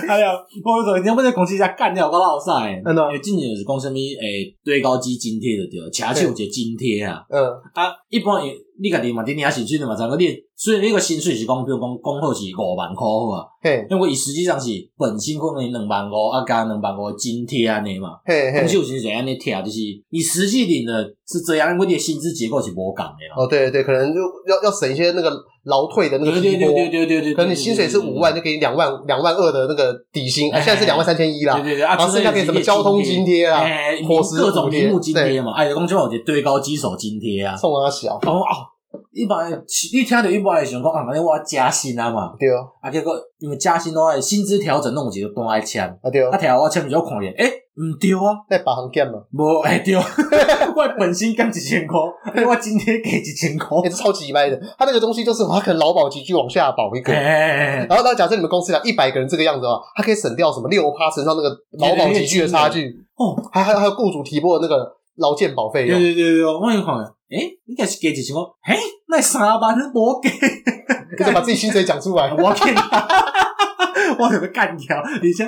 哎呀，我昨天不是公司在干掉个老赛，
嗯啊
诶，今年是讲什么诶最哎高级津贴的啊对了，车手一个津贴啊，
嗯，
啊，一般诶，你家己嘛，你领薪水你嘛，知影你虽然你个薪水是讲，比如讲讲好是五万箍好啊，
嘿，
因为伊实际上是本薪可能两万五，啊加两万五的津贴安尼嘛。
嘿
公司
嘿。
有薪水安尼贴，就是你实际领的是这样，因为你的薪资结构是无共的啊啦。
哦，对对对，可能就要要省一些那个劳退的那
对
个
对
提
对对
拨。
对对对，
哦
哎
可能你薪水是五万，就给你两万两万二的那个底薪，啊，现在是两万三千一啦。
对对对，啊，
然后剩下给什么交通津贴啦、
哎，
伙食
各种
津贴
名目津贴嘛，哎，公司有一个最高基础津贴啊。
冲啊小，
哦哦，一般的你听到一般会想讲，啊，反正我要加薪啊嘛，
对哦，
啊，结果因为加薪的话，薪资调整弄一个单来签，啊，
啊对哦，
调我签比较看咧，诶，毋对啊。
在把行干嘛？
无哎对，我的本薪降一千块，我今天给一千块。
也是哎超级歪的。他那个东西就是他可能劳保局就往下保一个，
哎，
然后那假设你们公司啊一百个人这个样子的话，他可以省掉什么六趴乘上那个劳保集聚的差距，
哦，
还还还有雇主提拨的那个劳健保费
对
用，
对对对，我有看，哎，应该是给一千块，哎，那三万你无给，
你就把自己薪水讲 出来。
我给你，我就要干掉，而且。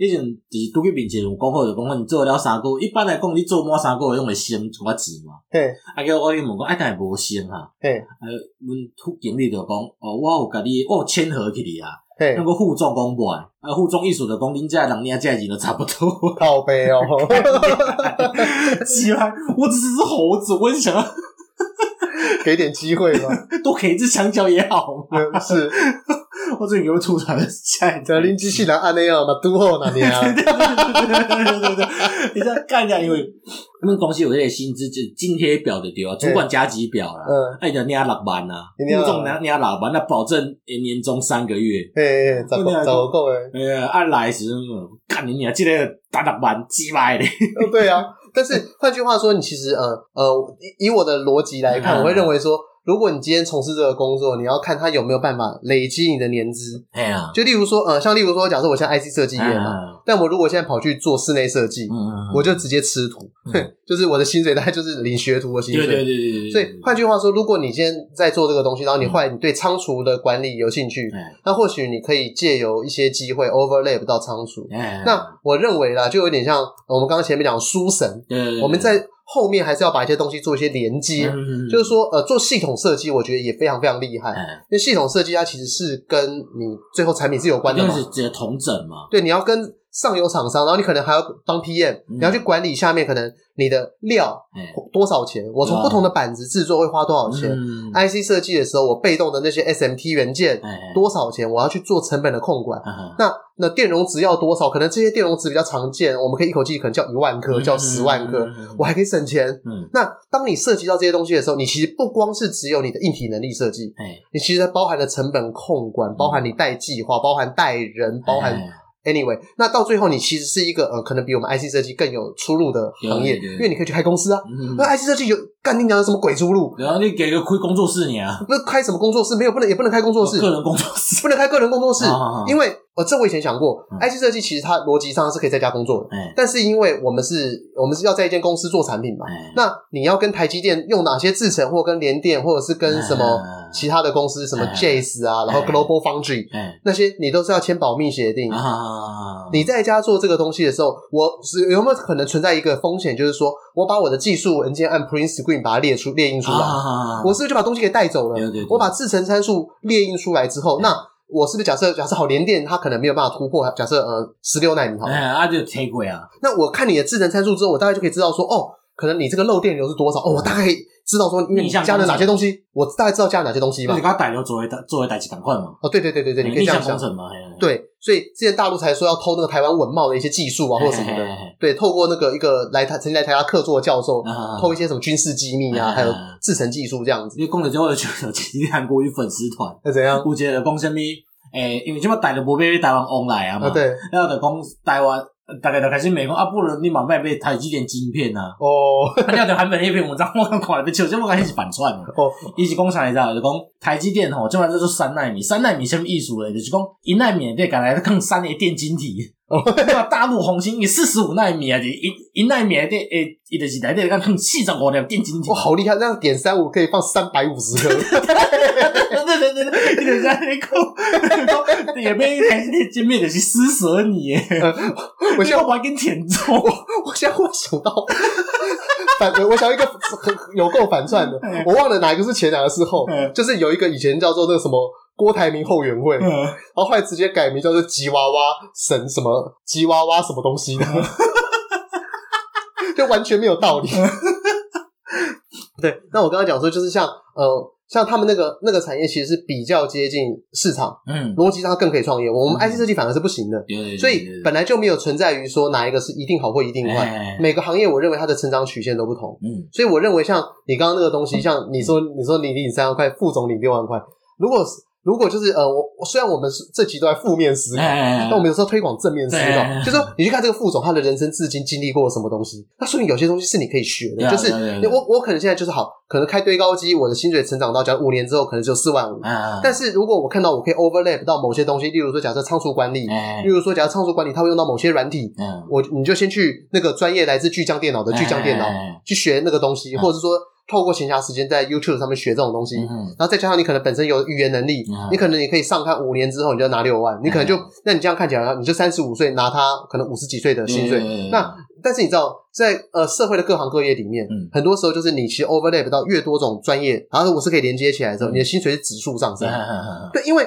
以前就是拄去面前有讲好，就讲你做了三个月，一般来讲你做满三个月，拢会省一寡钱嘛。
嘿，
啊，叫我去问讲，啊，但系无省啊。
嘿，
啊，阮副经理就讲，哦，我有甲你，我有签合去你啊。
嘿
那，个互重公馆，啊，互重艺术的讲，恁遮人领遮钱都差不多。
靠背哦，
喜欢，我只是只猴子，我也想要
给点机会嘛，
多给一只香蕉也好嘛。
嗯是。
我最近有吐槽的 下一
这林机器人啊按那样嘛，都好那年啊，
对对对对，你这样干一下，因为他们公司有那个薪资就津贴表的对啊，主管加级表啦，
嗯，
哎，就领六万啊，
一定要
互重领领六万，那保证年终三个月。
嘿嘿，咋个咋个够诶？
哎呀，按来的时候，干你娘，这个打六万，鸡掰嘞！
呃对啊，但是换句话说，你其实呃呃，以以我的逻辑来看，
嗯
我会认为说，如果你今天从事这个工作，你要看他有没有办法累积你的年资。
哎 呀，
就例如说，呃，像例如说，假设我现在 IC 设计业嘛，
嗯
但我如果现在跑去做室内设计，
嗯
啊我就直接吃土， 就是我的薪水大概就是领学徒的薪
对对
水。
对对对，嗯
所以换句话说，如果你今天在做这个东西，然后你后来你对仓储的管理有兴趣，
哎
那或许你可以借由一些机会 overlap 到仓储。
哎，
那我认为啦，就有点像呃我们刚刚前面讲的书神，
对对对
我们在后面还是要把一些东西做一些连接，
嗯
就是说，呃，做系统设计，我觉得也非常非常厉害，因
哎，
为系统设计它其实是跟你最后产品是有关的
就
嘛
是，直接同整嘛，
对，你要跟上游厂商，然后你可能还要当 PM，你
嗯
要去管理下面可能你的料
哎，
多少钱，我
对啊
从不同的板子制作会花多少钱
嗯
，IC 设计的时候，我被动的那些 SMT 元件
哎哎
多少钱，我要去做成本的控管。
啊
那那电容值要多少？可能这些电容值比较常见，我们可以一口气可能叫一万颗，叫十万颗，
嗯嗯
我还可以省钱。
嗯
那当你涉及到这些东西的时候，你其实不光是只有你的硬体能力设计，
哎，
你其实还包含了成本控管，包含你带计划，包含带人，包含
嗯哎
anyway。那到最后，你其实是一个呃，可能比我们 IC 设计更有出路的行业，
对对对
因为你可以去开公司啊。
嗯
那 IC 设计有干你娘有什么鬼出路？
然后你给个开工作室你啊，
那开什么工作室？没有，不能也不能开工作室，
个人工作室，
不能开个人工作室
啊啊啊，
因为呃，这我以前想过
嗯
，IC 设计其实它逻辑上是可以在家工作的，
哎
但是因为我们是我们是要在一间公司做产品嘛，
哎，
那你要跟台积电用哪些制程，或跟联电，或者是跟什么
哎
其他的公司，什么
哎
JACE 啊，然后
哎
Global Foundry
哎
那些，你都是要签保密协定。
啊，
你在家做这个东西的时候，我是有没有可能存在一个风险，就是说我把我的技术文件按 print screen 把它列出列印出来，
啊，
我是不是就把东西给带走了？
对对对
我把制成参数列印出来之
哎
后，那我是不是假设假设好联电它可能没有办法突破，假设呃十六纳米好了，
哎啊就提过啊，
那我看你的智能参数之后，我大概就可以知道说，哦，可能你这个漏电流是多少，哦，我大概知道说，因为你
逆向
加了
工程
哪些东西，我大概知道加了哪些东西
就
吧
是。跟大陆做一做一代志同款嘛，哎
哦，对对对对对，你可以
逆
这
向
样
工
想。
程嘛，嘿，
对，所以之前大陆才说要偷那个台湾文茂的一些技术啊，或者什么
嘿嘿
的。
嘿嘿
对，透过那个一个来台曾经来台大客座的教授，
哎啊
偷一些什么军事机密啊，
嗯
还有制程技术这样子，
你讲到这，我就想到一个韩国语粉丝团，
那怎样？
有一个就讲什么，诶，因为即马大陆无买台湾往来啊嘛
啊，，对，
然后就讲台湾，大概就开始美讲啊，不如你嘛卖买台积电晶片啊，
哦
啊，你要韩本迄篇文章，我刚看了，笑，这我感觉是反串的。
哦，
伊是讲啥来着？就讲台积电吼，即摆叫做三纳米，三纳米什么意思咧？就是讲一纳米内底敢来更三个电晶体。
哦
那大陆红星伊四十五纳米啊，就是一一纳米内底诶，伊就是内底敢更四十五粒电晶体
哇，。哦好厉害！这样点三五可以放三百五十颗，
对对对对，伊就是安尼讲，讲也被台积电晶片就是施舍你诶，
我
你
现在
要把跟填充。
我现在忽然想到反，我想到一个很有够反串的，我忘了哪一个是前，哪个是后
嗯，
就是有一个以前叫做那个什么。郭台铭后援会，然
嗯
后后来直接改名叫做吉娃娃神什么吉娃娃什么东西的， 就完全没有道理。对，那我刚刚讲说，就是像呃，像他们那个那个产业其实是比较接近市场，
嗯，
逻辑上更可以创业。我们
嗯
IC 设计反而是不行的，
对对对对
所以本来就没有存在于说哪一个是一定好或一定坏。
哎
每个行业，我认为它的成长曲线都不同，
嗯
所以我认为像你刚刚那个东西，像你说你说你领三万块，副总领六万块，如果是如果就是呃，我我虽然我们是这集都在负面思考，
哎
但我们有时候推广正面思
对哎
考，就是说你去看这个副总他的人生至今经历过什么东西，那说明有些东西是你可以学
对
的，
啊
就是
对啊对啊
我我可能现在就是好，可能开堆高机，我的薪水成长到假如五年之后可能只有四万五，
啊，
但是如果我看到我可以 overlap 到某些东西，例如说假设仓储管理，
哎
例如说假设仓储管理它会用到某些软体，
嗯，
我你就先去那个专业来自巨匠电脑的巨匠电脑
哎哎哎
去学那个东西，
嗯
或者是说透过闲暇时间在 YouTube 上面学这种东西，
嗯
然后再加上你可能本身有语言能力
嗯，
你可能你可以上看五年之后你就拿六万，你可能就
嗯
那你这样看起来你就三十五岁拿他可能五十几岁的薪
对对对
水
对，
那但是你知道在呃社会的各行各业里面
嗯，
很多时候就是你其实 overlap 到越多种专业，然后我是可以连接起来的时候，
嗯
你的薪水是指数上升
啊。啊
对，因为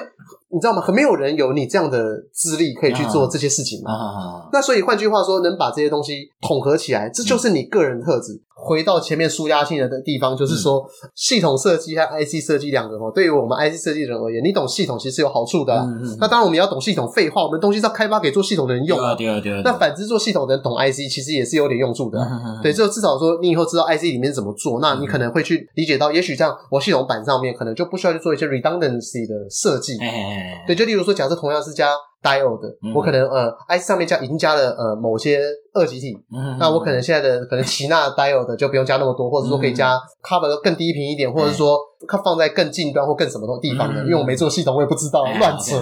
你知道吗？很没有人有你这样的资历可以
嗯
去做这些事情嘛。
啊，
那所以换句话说，能把这些东西统合起来，
嗯
这就是你个人的特质。回到前面舒压性的地方，
嗯
就是说、系统设计和 IC 设计两个哦，对于我们 IC 设计人而言，你懂系统其实是有好处的啦、
嗯嗯
那当然我们也要懂系统，废话，我们东西是要开发给做系统的人用
对啊，。对啊，对啊。
那反之，做系统的人懂 IC，其实也是有点用处的啊、
嗯
对，就至少说你以后知道 IC 里面怎么做，那你可能会去理解到，也许这样我系统版上面可能就不需要去做一些 redundancy 的设计。
哎，
对，就例如说，假设同样是加 diode，、
嗯
我可能呃 IC 上面加已经加了呃某些二极体，
嗯
那我可能现在的可能齐纳 diode 就不用加那么多，或者说可以加
嗯
cover 更低频一点，或者说放在更近端或更什么地方的，
嗯哎
因为我没做系统，我也不知道，乱扯。。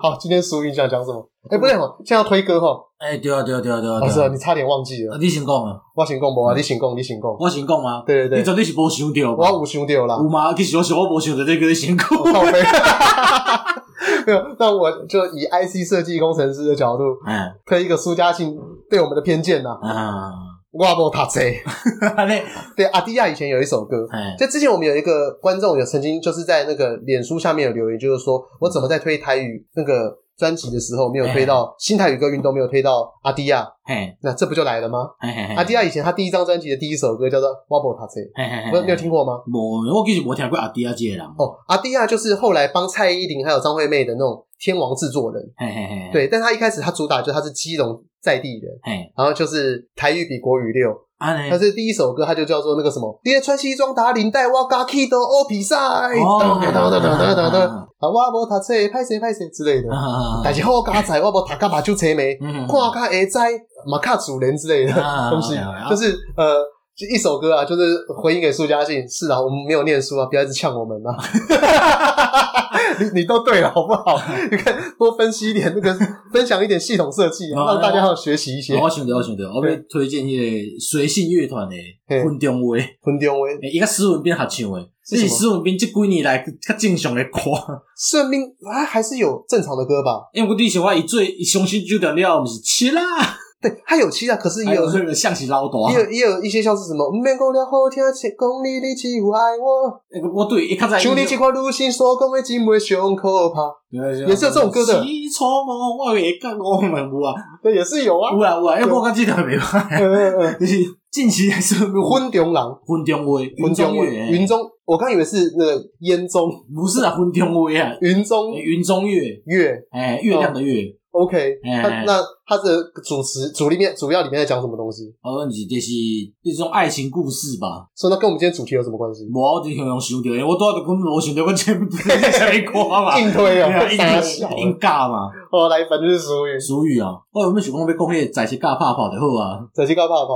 好，今天俗语想讲什么？哎，不对哦，现在要推歌哈，
哎，对啊，对啊，对啊，对啊。
老师哦，你差点忘记了，
你先讲啊，
我先讲不啊，你先讲，你先讲。
我先讲啊。
对对对，
你绝对是无想到
我要五兄弟了啦，
有吗？其实我想我无想到这个先讲。
靠背。 没有，那我就以 IC 设计工程师的角度
哎
推一个苏家庆对我们的偏见呐、
啊，
我无读册。
嘞，
对，阿迪亚以前有一首歌，
哎，
就之前我们有一个观众有曾经就是在那个脸书下面有留言，就是说我怎么在推台语那个专辑的时候没有推到新台语歌运动，没有推到阿迪亚，
嘿，
那这不就来了吗？
嘿嘿嘿。
阿迪亚以前他第一张专辑的第一首歌叫做《我无读册》，
嘿嘿
不是，你有
嘿。
听过吗？
无，我其实无听过阿弟阿姐人。
哦，阿迪亚就是后来帮蔡依林还有张惠妹的那种天王制作人，
嘿嘿嘿。。
对，但他一开始他主打就是他是基隆在地人，
嘿，
然后就是台语比国语溜，
安
但
尼。
是第一首歌，它就叫做那个什么，爹穿西装打领带，我嘎 k 都欧比赛，
哦
噔噔噔噔噔
嗯
噔噔，啊，我无读册，拍谁拍谁之类的。
啊
但是好加载，我无读甲目睭车眉，
嗯
看较会知，嘛较主人之类的
啊
东西
OK，OK，，
就是呃。就一首歌啊，就是回应给苏家信，是啊，我们没有念书啊，不要一直呛我们啊。 你你都对了，好不好？
嗯
你看，多分析一点那个，分享一点系统设计，
哦
让大家要学习一些
我。想着，我想着，我要推荐迄个随性乐团诶
嘿
分中话，诶
昆丢威，
伊甲史文斌合唱诶，
是
这
什么
是史文斌即几年来较正常诶歌。
顺便啊，还是有正常的歌吧？
因为我对想我伊最伊相信酒店了，毋是七啦，
对，它有七啊，可是也
还有
有
迄个象棋老
也有
大。
也有一些像是什么“免讲了好听，切讲你你只有爱我
我对伊较”，早
像你这款女性所讲的真袂上可怕，
也
也是有这种歌的
起初我我会讲我们有啊，
对，也是有啊
有。啊有啊，因为我感觉这条袂歹，
嗯嗯嗯，
就是近期还 是有
婚中郎，
分中话，云
婚
中
中
乐
文，云
欸，
中，我刚以为是那个烟中，
不是啊，分中话啊，
云中
欸云中乐，
月
哎，月亮的月，
，OK，
哎
那那它的主词主里面主要里面在讲什么东西？
好像是就是一种爱情故事吧。
所以那跟我们今天主题有什么关系？
无我就想用想到，因为我拄仔就讲无想到我前面不是啥物歌嘛，
硬推
对
哦
啊，，
傻笑
应，应尬嘛。
哦，来，反正就是俗语，
俗语啊，我原本想讲要讲迄个在是尬拍跑就好啊，
再去告爸好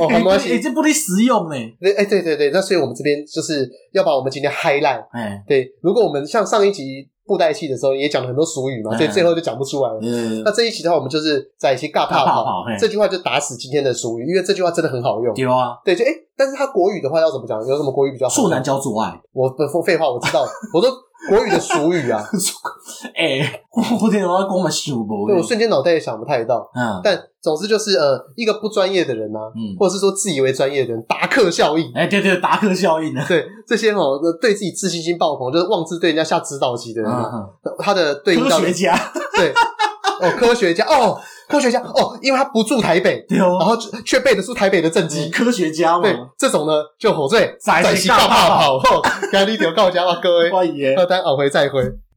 哦，没关
欸
系。
这不哩实用呢。
对，哎，对对对，那所以我们这边就是要把我们今天 highlight。
哎，
对，如果我们像上一集布袋戏的时候也讲了很多俗语嘛，所以
嗯
最后就讲不出来了。
呃，
那这一集的话，我们就是在一起尬
尬
怕
怕
跑
跑，嘿
这句话就打死今天的俗语，因为这句话真的很好用。
对啊，
对，就哎、但是它国语的话要怎么讲？有什么国语比较好？
处男叫做爱。
我不不废话，我知道，我说国语的俗语啊，
哎，我我听我讲嘛想 无
对
呢
我。瞬间脑袋也想不太到。
嗯
但总之就是呃，一个不专业的人啊，
嗯，
或者是说自以为专业的人，达克效应。
哎，对对，达克效应 啊。
对这些哦，呃对自己自信心爆棚，就是妄自对人家下指导棋的人啊，
嗯
他的对应
科
到
学家，
对，哦，科学家哦，科学家哦，因为他不住台北，
对
然
啊，
后却却背得出台北的政绩。
科学家嘛
对，，这种呢就火罪，
宰
宰
嗯是
西
告
告
炮
炮炮，吼，赶紧丢告家吧，各位，
我爷。
二单二回再回。